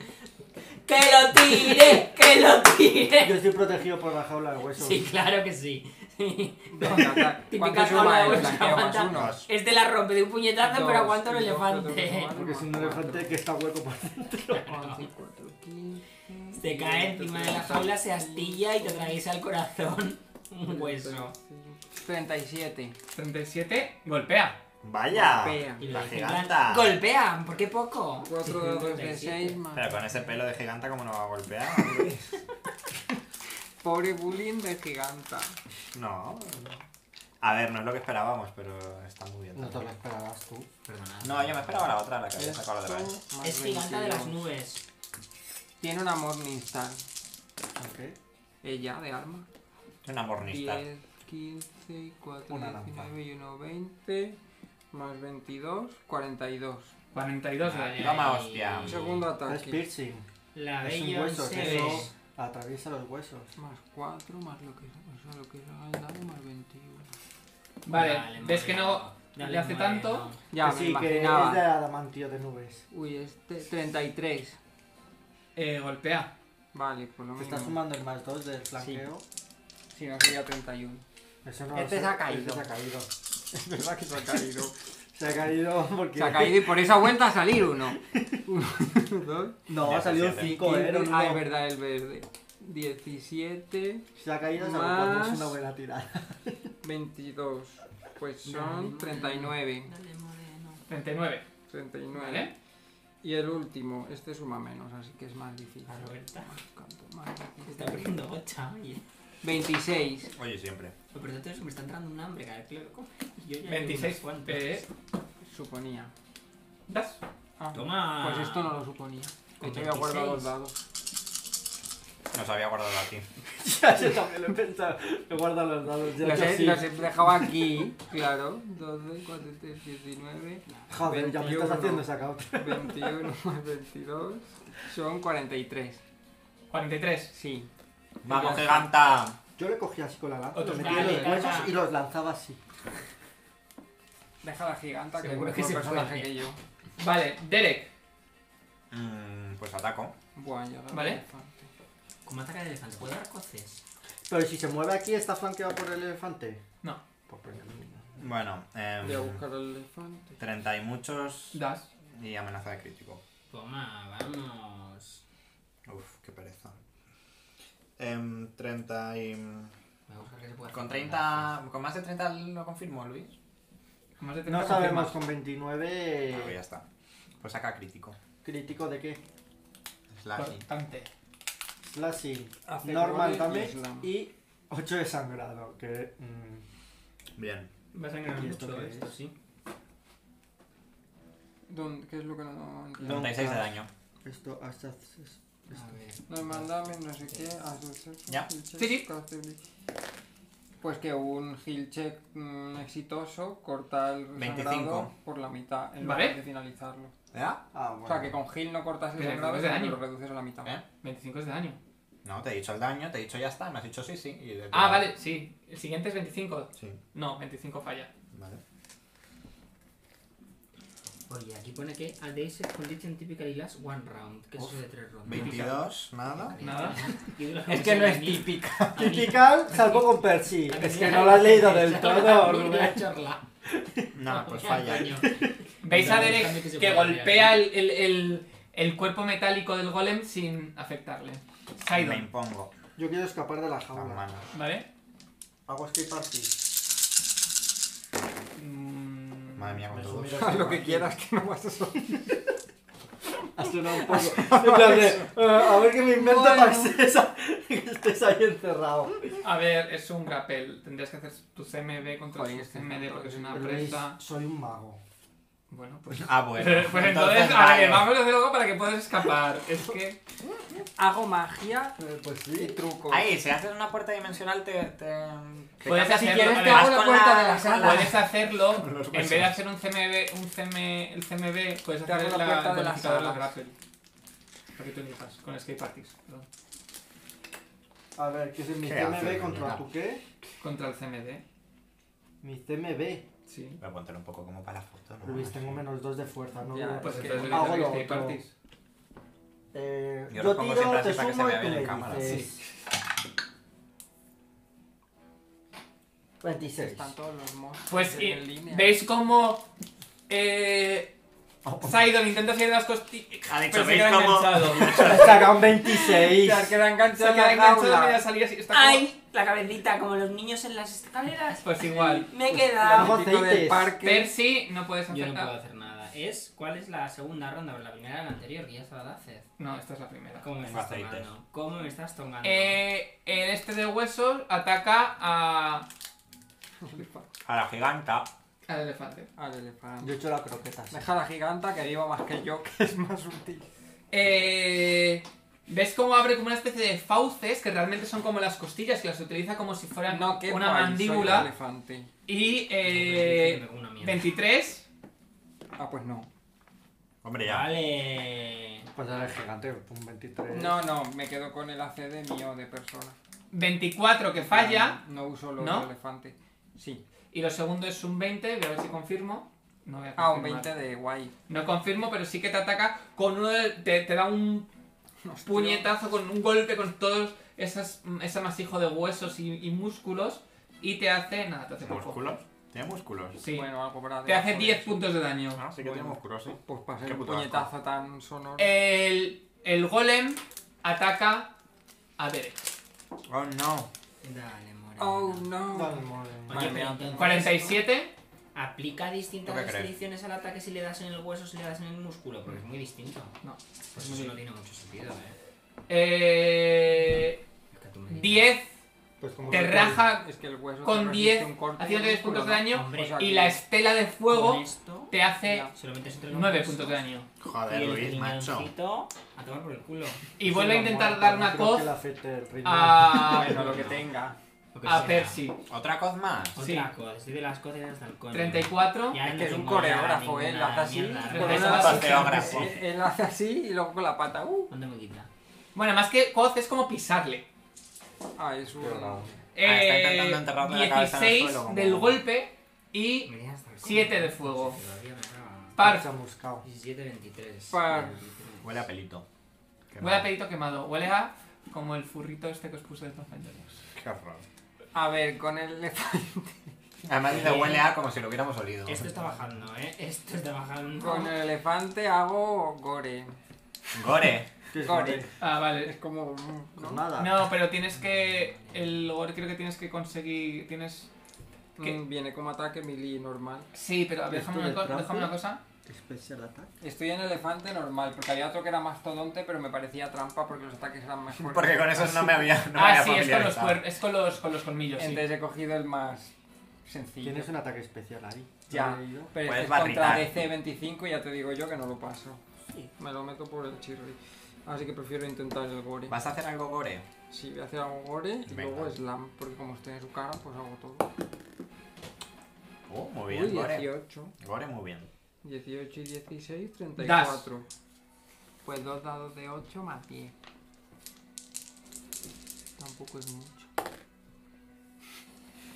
¡Que lo tire! ¡Que lo
Yo
tire!
estoy protegido por la jaula de huesos.
Sí, claro que sí.
Venga, ataca. ¿Cuánto
Típica
suma
jaula
el
de
flanqueo más
huesos,
uno?
pie.
Este la rompe de un puñetazo,
Dos,
pero aguanta un
y dos,
elefante.
otro,
Porque es un elefante que está hueco por dentro.
Once, cuatro, quince,
Se cae encima de la jaula, se astilla y te atraviesa el corazón. Un hueso.
37.
37, golpea.
Vaya.
Golpea.
Y lo
La
dicen,
giganta.
¡Golpea! ¿Por qué poco?
4 dados de
37.
6 más.
Pero con ese pelo de giganta, ¿cómo no va a golpear?
Pobre bullying de giganta.
No. A ver, no es lo que esperábamos, pero está muy bien.
No te lo
también.
esperabas tú.
Perdonad.
No, yo me esperaba la otra, la que había sacado la E otra vez.
Más
Es giganta de las
22.
nubes.
Tiene una Morningstar.
Ok.
Ella, de arma.
Es una mornista.
10, 15, 4,
Una
19 y 1, 20. Más 22, 42.
42
Ah,
daño.
Toma, hostia.
Ay.
Segundo
Es
ataque.
piercing.
La
Es un
bella
hueso.
se
que
ve.
Eso atraviesa los huesos.
Más 4, más lo que, o sea, lo que haga el dado, más 21.
Vale, ves
madre,
que no
Dale,
le hace
madre,
tanto.
no.
Ya,
sí,
me
que es de
imaginaba.
adamantio de nubes.
Uy, este. 33.
eh, golpea.
Vale, por lo
Te está
menos.
sumando el más 2 del flanqueo.
Si no sería 31.
Eso no lo
Este
sé.
se ha caído.
Este se ha caído.
Es verdad que se ha caído.
Se ha caído porque.
Se ha caído y por esa vuelta a salir uno. Uno, dos.
No, ha salido un 5, eh. era un
Ah, es
uno.
verdad, el verde. 17,
Se ha caído, sabe cuándo es
Más-
una buena tirada.
22. Pues son 39.
Dale, moreno.
39.
39.
Vale.
Y el último, este suma menos, así que es más difícil.
A Roberta.
Cuanto más difícil.
Se está poniendo gocha, oye.
26.
Oye, siempre.
Pero por tanto, me está entrando un hambre, cada vez que lo veo. Yo ya llevo unos
26.
cuantos.
Eh,
Suponía.
das.
Ah,
Toma.
Pues esto no lo suponía. De
Con
hecho, había guardado los
26.
dados.
Nos había guardado aquí.
Ya, yo también lo he pensado. Me guardo los dados. ya
Los
que
he,
sí.
los he dejado aquí, claro. 12, 14, 19.
Joder, ya me estás
21.
haciendo esa cauta.
21 más 22 son 43.
43.
Sí.
¡Vamos, giganta!
Yo le cogía así con la lanza,
Otro
lo metía en
dale,
los huesos
caca.
y los lanzaba así.
Deja la giganta que es
Seguro
mejor
que se
personaje
puede.
que yo.
Vale, Derek.
Mm, pues ataco.
Buah, ya la
Vale.
elefante.
¿Cómo ataca el elefante? ¿Puede dar coces?
Pero si se mueve aquí, ¿está flanqueado por el elefante?
No.
Pues venga, no.
Bueno, em,
Voy a buscar al elefante.
30 y muchos
Das.
y amenaza de crítico.
Toma, vamos.
Uf, qué pereza. Em, 30 y...
Voy a buscar qué se puede hacer
Con 30... Con más de 30 lo confirmo, Luis.
Más de 30
No sabemos
confirma.
con 29.
Ah, ya está. Pues saca crítico.
Crítico de qué?
Slashing.
Importante.
Slashing,
Hace goles y
normal damage
slam.
y 8 de sangrado. Que. mm,
Bien.
Va a sangrar
¿Y esto
mucho
qué
esto,
es?
sí.
¿Dónde- ¿Qué es lo que no entiendo?
36 de daño.
esto hasta. es- es-
A
esto.
ver.
Nos mandamen, no sé qué, Ah, a su
Ya.
sí.
Pues que un heal check mm, exitoso corta el
25.
sangrado por la mitad en
Vale.
lugar de finalizarlo.
¿Ya?
Ah, bueno.
O sea, que con heal no cortas el
Pero
sangrado,
es de
sino que
daño.
lo reduces a la mitad.
¿Eh?
25 es de daño.
No, te he dicho el daño, te he dicho ya está, me has dicho sí, sí. y de-
Ah, vale, sí. El siguiente es 25.
Sí,
No, 25 falla.
vale.
Oye, aquí pone que ADS condition typically lasts one round, que es eso de tres rondas.
22, nada.
Nada.
es
típica.
Critical, salvo con Percy.
A mí
Es
me
que
da
no lo has leído
la
del
chorla,
todo,
a mí me da
Rubén.
chorla.
No, pues falla.
Coño.
Veis a
Claro,
Derek
déjame que se
que
pueda
golpea el, el- el- el cuerpo metálico del golem sin afectarle.
Me
Sidon,
impongo.
Yo quiero escapar de la
Las
jaula.
manos.
¿vale?
Hago escape party.
Mm,
Madre mía, con
Me
todo.
sumido
Haz lo
escape
que
party.
quieras, que no vas a sonar.
Ha sonado un poco. En plan de, eh, a ver qué me invento
Bueno.
para que estés, a- que estés ahí encerrado.
A ver, es un grapel. Tendrías que hacer tu CMB contra
Joder,
el
este
CMD porque es una
Luis,
presa.
soy un mago.
Bueno, pues.
Ah, bueno. eh.
Pues entonces, a
vale.
ver, vamos a hacer algo para que puedas escapar. Es que.
Hago magia
Eh, pues
y
sí.
truco.
Ahí, si haces una puerta dimensional te... te, te
Puedes
cambias
hacerlo,
si quieres,
a
te
ver,
hago
vas
la
con
puerta
la-
de la sala.
Puedes hacerlo,
Con los
en vez de
huesos.
hacer un CMB, un CM, el CMB, puedes
Te hago
hacer
la
la,
puerta
el
de las
bonificador de
alas.
grapple. Para que tú elijas, con escape artist, perdón.
A ver, ¿qué es mi
¿Qué haces,
CMB contra
muñeca?
tu qué?
Contra el CMD,
Mi CMB.
sí.
Voy a poner un poco como para la foto. ¿no?
Luis, tengo menos 2 de fuerza, ¿no?
Ya,
veo.
Pues
sí.
entonces
Hago
utilizas el
lo
escape
otro.
artist.
Eh,
Yo
yo,
lo pongo siempre así
tiro, te
para que se
sumo
vea
y tú
bien en
me
cámara.
dices. 26.
Están todos los monstruos
Pues
en
y-
línea.
veis cómo eh,
Oh,
Sidon intenta salir de las costillas.
Ha dicho,
pero se
¿veis
queda
cómo?
enganchado.
Saca un
Se
26.
ha quedado
Se
enganchado en
queda
la
enganchado
jaula.
media salida así. Está como-
¡Ay! La cabecita, como los niños en las escaleras.
Pues igual.
Me he
Hago
quedado.
Típico del
aceites.
parque.
Percy, no puedes
Yo
hacer
no puedo
nada.
hacer nada. Es, ¿cuál es la segunda ronda? Pero la primera era la anterior, que ya estaba la hacer.
No, esta es la primera.
¿Cómo me
Tengo
estás
aceites.
tomando? ¿Cómo me estás tomando?
Eh, en este de huesos ataca a,
A la giganta.
al elefante.
Al elefante.
Yo he hecho la croqueta.
Deja a la giganta que viva más que yo, que es más útil.
Eh, ¿Ves cómo abre como una especie de fauces que realmente son como las costillas que las utiliza como si fueran
No, que
una
guay, soy un
mandíbula?
elefante.
Y
No, pero
eh,
estoy diciéndome como una mierda.
23.
Ah, pues no.
Hombre, ya.
Vale.
Pues ahora es gigante, un 23.
No, no, me quedo con el ACD mío de persona.
24 que falla.
No uso los
¿No?
elefantes. Sí.
Y lo segundo es un 20. Voy a ver si confirmo. No voy a
Ah, un
confirmar.
20 de guay.
No confirmo, pero sí que te ataca con uno de- te, te da un
Hostia.
puñetazo, con un golpe, con todos esas, ese masijo de huesos y, y músculos. Y te hace. Nada, te hace poco.
¿Músculos? ¿Tiene músculos?
Sí.
Bueno, algo para
te hace
debajo de
10
eso.
puntos de daño.
Ah, sí que
Bueno.
tiene músculos, sí.
Pues para ser
Qué
un
puto
puñetazo tan sonoro.
Eh, El, el golem ataca a Derek.
Oh, no.
Dale, morena.
Oh, no.
Dale, mole.
Oye,
Vale,
pero
mira,
entonces-
47.
¿Aplica distintas
¿Tú qué crees?
restricciones al ataque si le das en el hueso o si le das en el músculo? Porque es muy distinto.
No.
Pues eso no tiene mucho sentido, eh.
Eh,
Es que tú me dices.
10
Pues como
te
que-
raja
Es que el hueso
con
te resiste
10,
un corte
haciendo
de
10 puntos de
músculo,
daño.
Hombre,
O sea,
Y
que-
la estela de
Con
fuego
esto,
te hace
Ya.
se lo metes entre los
9
huesos
puntos de daño.
Y
Joder,
el
Luis, macho.
riñoncito, A tomar por el culo.
Y vuelve a intentar
muerto,
dar
no
una
creo
coz
que le afecte el ritmo.
a,
Bueno, lo que tenga.
Lo que
a
sea.
Percy.
¿Otra cosa más?
Otra
Sí.
cosa, estoy de las cosas hasta el coño.
34.
Ya
Es
no
que es un
tengo ya
coreógrafo, ¿eh?
ninguna
él hace así.
mierda,
con
¿no?
Es
una-
un
coreógrafo.
Él él hace así y luego con la pata. Uh.
¿Dónde me quita?
Bueno, más que coz es como pisarle.
Ah, es un.
Qué bravo.
Ah, está intentando
Eh,
enterrarle la cabeza en el
16
suelo, como-
del golpe y
Me dejas hasta el coño.
Siete de fuego.
Todavía me da-
par.
Se ha buscado.
17, 23.
Par.
23.
Huele a pelito. Qué
Huele a
mal.
pedito quemado. Huele a como el furrito este que os puse de Pathfinders.
Qué horror.
A ver, con el elefante.
Además dice
Bien.
huele a como si lo hubiéramos olido.
Este
Esto está bajando, eh. Esto está bajando.
Con el elefante hago gore.
Gore.
¿Qué es
Gore.
gore?
Ah,
Es
vale.
como. mm, ¿no?
Pues nada.
No, pero tienes que. El gore creo que tienes que conseguir. Tienes. ¿Qué?
Mm, Viene como ataque melee normal.
Sí, pero a ver,
¿Esto
déjame una,
de
co-
trampa?
déjame una cosa.
Special attack.
Estoy en elefante normal, porque había otro que era mastodonte, pero me parecía trampa porque los ataques eran más fuertes.
Porque con esos no me había. No me
ah,
había
sí, es con, los
familiarizado.
cuer- es con los, con los colmillos, sí.
Entonces he cogido el más sencillo.
Tienes un ataque especial, Ari.
Ya,
Te lo digo.
pero
Puedes
este es contra
barritar.
DC25 y ya te digo yo que no lo paso.
Sí.
Me lo meto por el chirri. Así que prefiero intentar el gore.
¿Vas a hacer algo gore?
Si voy a hacer algo gore y
Venga.
luego slam, porque como estoy en su cara, pues hago todo.
Oh, muy bien,
Uy,
gore.
18.
Gore muy bien.
18 y 16, 34. Pues dos dados de 8 más 10. Tampoco es mucho.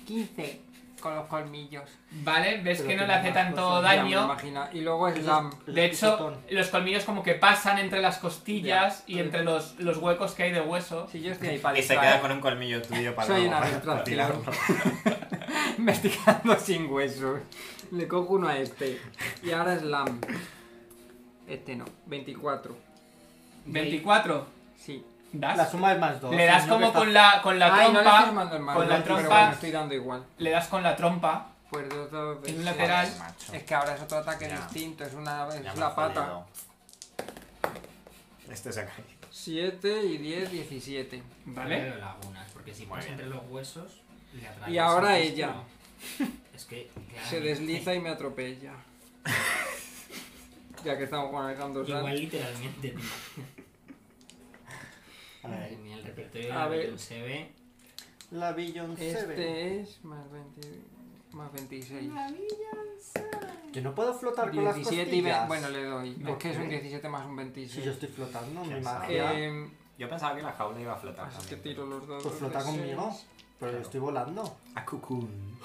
15 con los colmillos.
Vale, ves
Pero
que no
tiene
le hace
más
tanto
cosas,
Ya me
daño.
imagina. Y luego
Eso es-
slam.
El
De hecho,
pisotón.
los colmillos como que pasan entre las costillas
Ya.
y entre los, los huecos que hay de hueso.
Si yo estoy ahí para
Y se queda
distraer,
con un colmillo tuyo para
Soy
luego-
una
para
distracción.
tirarlo.
Me estoy quedando sin huesos. Le cojo uno a este. Y ahora slam. Este no. 24.
24.
Sí.
La
Das.
suma es más 2.
Le das como con la, con la
Ay, no le estoy
trompa.
armando el mal,
con la
pero
trompa-
bueno, estoy dando igual.
Le das con la trompa.
Pues dos dados de
En un
seis.
lateral.
Joder, macho.
Es que ahora es otro ataque
Ya.
distinto, es una
Ya
es
me
la
has
pata.
jodido. Este se ha caído.
7 y 10, 17.
¿Vale?
Pero lagunas, porque si
Muy
pones
bien.
entre los huesos, le atraviesa.
Y ahora
Esto
ella.
no. Es que.
Se
claramente.
desliza y me atropella. ya que estamos con Alejandro
Igual
Sanz.
literalmente, tío.
A
Madre
ver,
mía, el repertorio
A
de
ver.
Beethoven se ve.
la Billion 7.
Este es más, 20 más 26.
Yo no puedo flotar con las
17 y ve-
costillas.
Bueno, le doy.
No,
es que es
¿qué?
un 17 más un
Si
26.
yo estoy flotando, mi
¿Quién
magia.
Eh,
Yo pensaba que la jaula iba a flotar.
así que
también,
tiro los dados.
Pues flota
de
conmigo.
seis.
Pero yo
Claro.
estoy volando.
pero- A cocoon.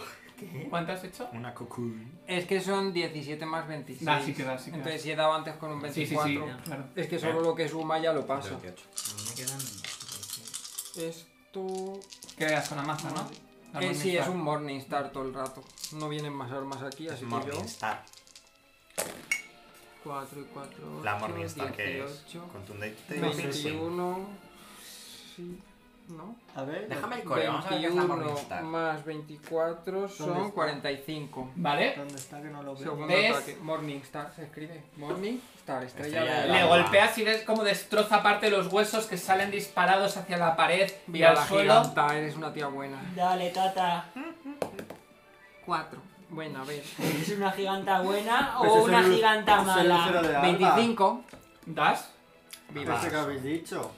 ¿Cuánto has hecho?
Una cocoon.
Es que son 17 más 26.
Da, Ah, sí que da, sí que da.
Entonces si he dado antes con un
Sí, sí, sí.
24.
Claro.
Es que solo
Eh.
lo que suma ya lo paso.
28.
Me quedan. súper
Esto.
Que veas con la maza, ¿no? La
Eh, sí, es
Morningstar.
un Morningstar todo el rato. No vienen más armas aquí,
Es
así que yo.
Morningstar.
4 y 4.
La Morningstar que es contundente y
No sé, sí.
21. Sí. ¿No?
A ver.
Déjame el core, vamos a ver qué es la
21
Morningstar.
más 24
¿Dónde
son
está?
45.
Vale.
¿Dónde está que no lo veo?
Segundo
¿Ves?
ataque. Morningstar se escribe. Morningstar,
Estrella
estrella
de
de
la
Le
Ah.
golpeas y ves como destroza parte de los huesos que salen disparados hacia la pared y
Mira
al
la
suelo.
giganta, eres una tía buena.
bien. Dale, tata.
4. Bueno, a ver.
¿Es una giganta buena
Ese
o
es
una
el-
giganta
ese es el cero
mala?
de alba.
25.
¿Das?
Viva.
Ese que habéis dicho.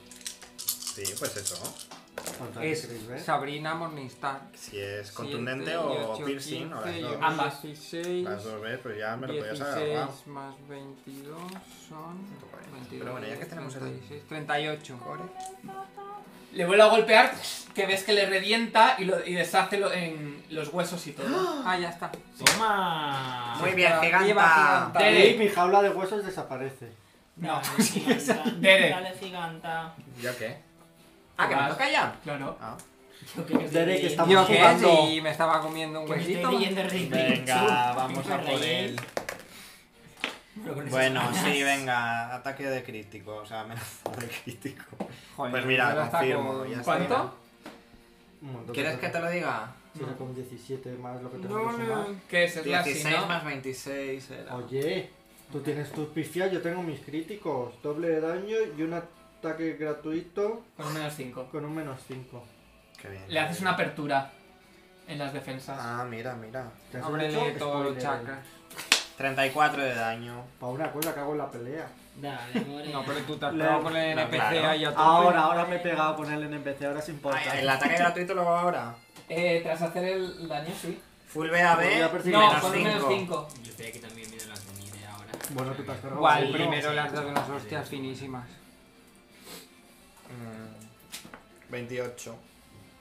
Sí, pues eso.
¿Cuánto queréis ver?
Es Sabrina Morningstar.
Si es contundente
Siete,
o
ocho,
piercing o las
quince,
dos.
y
Ambas.
16.
Las dos veces, pues ya me lo podías agarrar.
16 más 22 son.
Pero
22,
bueno, ya que tenemos el-
36, 38.
Le vuelve a golpear, que ves que le revienta y, lo- y deshace lo- en los huesos y todo.
Ah, ya está.
Toma.
Muy bien,
Viva
giganta.
Tere.
Y mi jaula de huesos desaparece.
No,
No. Dere.
Dale, giganta.
¿Yo qué? Ah, que me
Vas.
toca ya.
Claro.
Ah.
Yo creo que estoy
Dere, que
leyendo-
estamos
Yo qué
jugando.
si me estaba comiendo un
Pues
que me
huesito.
estoy leyendo el ritmo.
Venga, vamos
Me
a por
reí.
él.
Pero con esas
Bueno,
ganas.
sí, venga, ataque de crítico, o sea, amenaza de crítico.
Joder,
Pues mira,
ahora está
confirmo,
con-
ya está.
¿Cuánto?
Un montón de
¿Quieres que
cosas.
te lo diga?
Si era con 17 más lo que tengo
No,
que sumar.
no.
¿Qué es? Es la
16
¿no?
más 26 era.
Oye, tú tienes tus pifias, yo tengo mis críticos. Doble de daño y un ataque gratuito
Con un menos 5.
con un menos 5.
Qué bien.
Le haces una apertura en las defensas.
Ah, mira, mira.
¿Te has
Ábrele
hecho?
todos los
Spoiler.
chakras.
34 de daño.
Para una cosa que hago en la pelea.
Dale, more.
No, pero tú te has
Le-
quedado con el
No,
NPC
claro.
ahí a tope.
Ahora, ahora me he pegado con el NPC, ahora es importante.
Ay, ¿El ataque gratuito lo hago ahora?
Eh, tras hacer el daño, sí.
Full
Voy a
BAB,
perseguir-
No,
menos
con un menos
cinco.
5.
Yo estoy aquí también viendo las de mi idea ahora.
Bueno, tú te has cargado.
Guau,
Sí,
Bueno,
primero
Ah, sí.
le has dado unas hostias finísimas.
Mm, 28.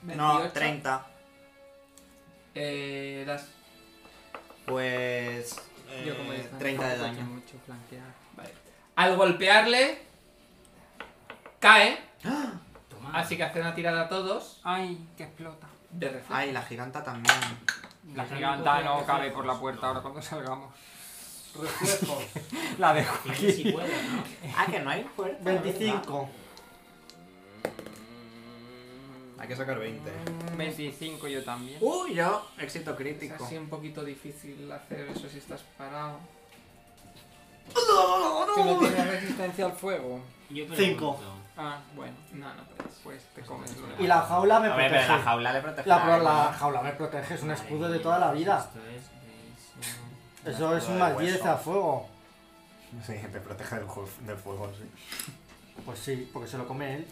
No,
28.
30.
Eh, das.
Pues. eh,
Yo como dicen,
30 de
tampoco tiene
daño.
mucho flanquear.
Vale. Al golpearle, cae.
Toma. ah,
Así que hace una tirada a todos
Ay, que explota.
de reflejo.
Ay, la giganta también.
La giganta no cabe por la puerta ahora cuando salgamos.
Reflejos.
La dejo.
Fíjate si puedo, ¿no?
Ah, que no hay puerta.
25.
¿verdad? Hay que sacar 20.
25 yo también.
¡Uy, no! Éxito
Es
crítico.
así un poquito difícil hacer eso si estás parado.
¡No,
¿Tú no tienes resistencia al fuego?
Yo
Cinco.
pregunto.
Ah, bueno,
No, no puedes.
pues te comes una.
Y la jaula me
Hombre,
protege.
pero la jaula le protege.
La pro- la jaula me protege, es un escudo de toda la vida.
Esto es de eso.
Eso es un
de
más 10
hueso.
a fuego.
Sí, te protege del, ju- del fuego, sí.
Pues sí, porque se lo come él.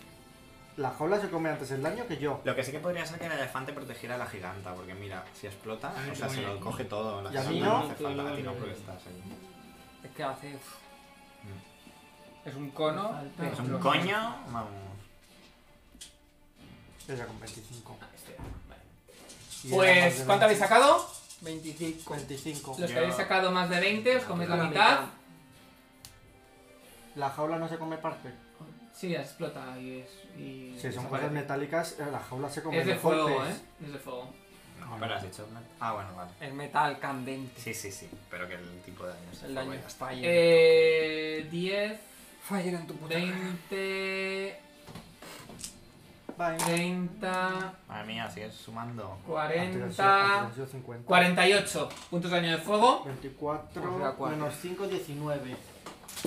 La jaula se come antes el daño que yo.
Lo que sí que podría ser que el elefante protegiera a la giganta, porque mira, si explota,
A mí
o sea,
me
se lo
duele.
coge todo. La
Y a mí
giganta
no.
hace falta a ti no,
Duele.
porque estás ahí.
Es que hace. uf. Es un cono.
Falta.
Es un
Pero-
coño, vamos.
Era con 25.
Ah, este, vale.
Y era más
Pues,
de
¿cuánto habéis
20.
sacado?
25.
25.
Los que
Yo-
habéis sacado más de 20, os coméis la
La
mitad.
La jaula no se come parte.
Sí, explota y es. Y
Si son
desaparece.
cosas metálicas, eh, la jaula se come
Es de
golpes.
fuego, ¿eh? Es de fuego.
No, pero has dicho. Ah, bueno, vale.
El metal candente.
Sí, sí, sí, pero que el tipo de daño es
El daño
fuego y ya
es
está.
fire.
Eh, 10,
Fire en tu puta.
20,
Vale.
30,
Madre mía, sigues sumando.
Antes era- antes
40,
era yo 50.
48 puntos de daño de fuego
24
Pues
O sea, cuatro.
menos 5, 19.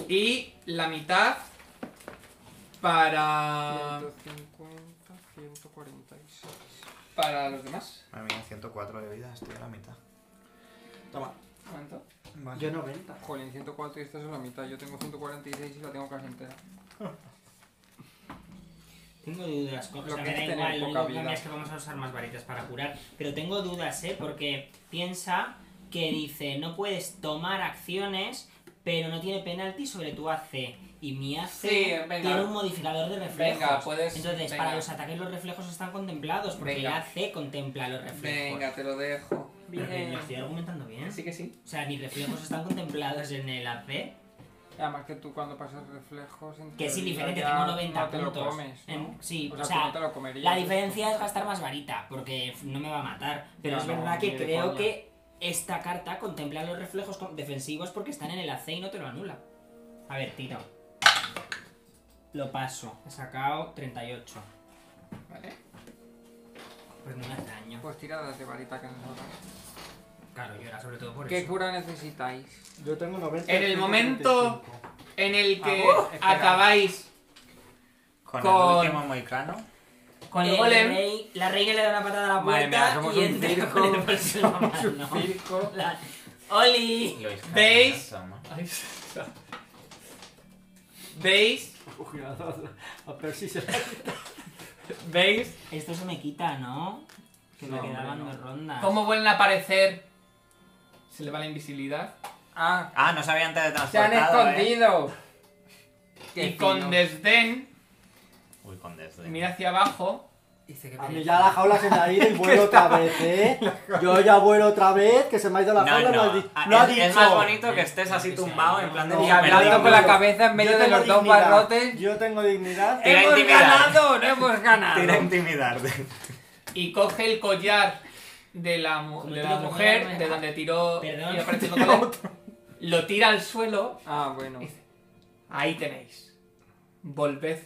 y la mitad para
150, 146.
para los demás.
Madre mía, 104 de vida, estoy a la mitad. Toma.
¿Cuánto?
Vale.
Yo 90.
Jolín, 104 y esta es la mitad. Yo tengo 146 y la tengo casi entera.
Tengo dudas, con- o
Lo
sea,
que
me
es
da
tener
igual,
poca
lo único que
vida.
cambia es que vamos a usar más varitas para curar. Pero tengo dudas, ¿eh? Porque piensa que dice, no puedes tomar acciones, pero no tiene penalti sobre tu AC. Y mi AC
Sí, venga.
tiene un modificador de reflejos.
Venga, puedes-
Entonces,
venga.
para los ataques los reflejos están contemplados, porque
Venga.
el AC contempla los reflejos.
Venga, te lo dejo.
Pero que lo estoy argumentando bien.
Sí que sí.
O sea, mis reflejos están contemplados en el AC,
Además que tú cuando pasas reflejos... en
que es
teoría
indiferente,
ya
tengo 90
no te
puntos.
lo comes, ¿no?
En- sí,
O sea, tú no te lo comerías.
La diferencia es gastar más varita, porque f- no me va a matar. Pero
No,
es
no,
verdad
ni
que
de
creo
coña.
que esta carta contempla los reflejos con- defensivos porque están en el AC y no te lo anula. A ver, tiro. Lo paso. He sacado 38.
Vale.
Ah, Pues no me hace daño.
Pues tiradas de varita que nos hagan.
Claro, yo era sobre todo por
¿Qué
eso.
cura necesitáis?
Yo tengo 90.
En el momento-
135.
En el que
Ah, uh, espera.
acabáis
Con,
Con-
el último moicano.
con el golem,
Eh, rey- la reina le da una patada a la
Madre
puerta
mía, somos
y
un
entra
circo,
con el bolso en la mano.
Circo.
La- ¡Oli!
Lo hice.
¿Veis?
Toma.
veis,
Uy, a- a- a Percy se
veis
Esto se me quita, ¿no? Que
No,
me quedaban
hombre,
dos rondas.
cómo vuelven a aparecer. Se le va la invisibilidad.
Ah,
Ah, no se habían
se han
teletransportado. ¿eh?
escondido. Qué
Y con
fino.
desdén
Uy, con desdén.
mira hacia abajo
Dice
Ah,
que
A mí
tiene-
ya la jaula se me ha ido y vuelo otra vez, ¿eh? Yo ya vuelo otra vez, que se me ha ido la jaula
No,
y me ha
no.
di-
Ah,
no ha
es,
dicho.
es más bonito que estés así tumbado en plan de
No,
Y
no,
hablando
Perdón,
con la
yo-
cabeza en medio
Yo
de
tengo
los dos
dignidad.
barrotes.
Yo tengo dignidad.
Eh,
Tira
¡Hemos
intimidar.
ganado! ¡No hemos
Tira a
ganado!
intimidarte.
y coge el collar de la, mu-
Como
de
te
la
lo pongo en
mujer
la
de
oreja.
donde tiró
Perdón.
y apareció el collar, lo tira al suelo.
Ah, bueno.
Ahí tenéis. Volved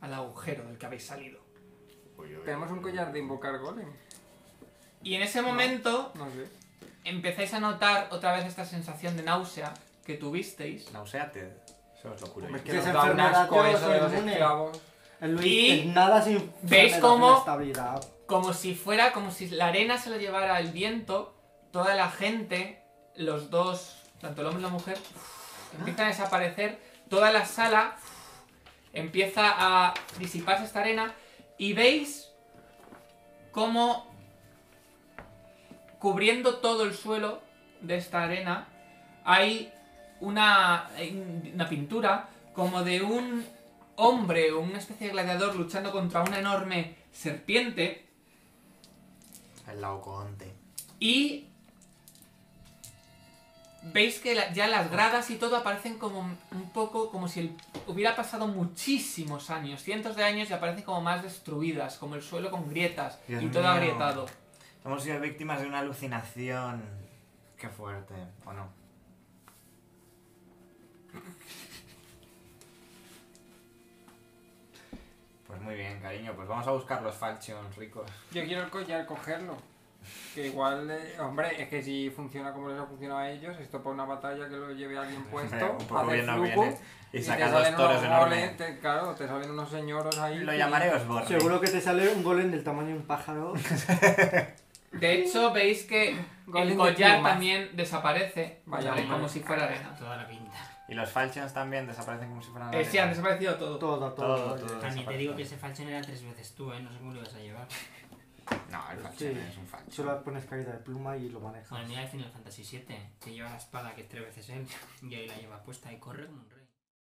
al agujero del que habéis salido.
Tenemos un collar de invocar golem.
Y en ese momento
No sé.
empezáis a notar otra vez esta sensación de náusea que tuvisteis.
Nauseate. Eso es locura.
Hombre,
Yo.
Que
Que
las
se da un
enfermedades
asco eso de
son
los
inmunes.
esclavos.
El Luis,
Y-
el nada sin
¿Veis
frenar
cómo?
la estabilidad.
Como si fuera, como si la arena se la llevara el viento, toda la gente, los dos, tanto el hombre y la mujer, empiezan a desaparecer, toda la sala empieza a disiparse esta arena y veis cómo cubriendo todo el suelo de esta arena hay una, hay una pintura como de un hombre o una especie de gladiador luchando contra una enorme serpiente
El laocoonte.
y veis que la- ya las gradas y todo aparecen como un poco como si el- hubiera pasado muchísimos años, cientos de años y aparecen como más destruidas, como el suelo con grietas
Dios
y todo
mío.
agrietado.
Hemos sido víctimas de una alucinación. Qué fuerte, ¿o no? Pues muy bien, cariño, pues vamos a buscar los falchions ricos.
Yo quiero co- ya cogerlo. Que igual, eh, hombre, es que si funciona como les ha funcionado a ellos, esto para una batalla que lo lleve alguien puesto,
Un poco
Pues hace
bien no
flujo,
viene. Y
y
sacas
te
dos
salen
toros
unos goles,
enormes.
te- claro, te salen unos señoros ahí.
Lo llamaré Osborne.
Seguro que te sale un golem del tamaño de un pájaro.
De hecho, veis que
Golem
el
de
collar
plumas.
también desaparece,
Vaya
¿vale?
hombre.
como si fuera arena.
Toda la pinta.
Y los falchions también desaparecen como si fueran...
Eh, sí, han
arenas.
desaparecido todo.
Todo, todo.
Todo,
todo.
todo.
También te
desaparece.
digo que ese falchón era tres veces tú, ¿eh? No sé cómo lo ibas a llevar.
No, el falchion
Sí.
es un falchion.
Solo pones caída de pluma y lo manejas.
Joder, mira el Final Fantasy VII, que lleva la espada que es tres veces él, y ahí la lleva puesta y corre como un rey.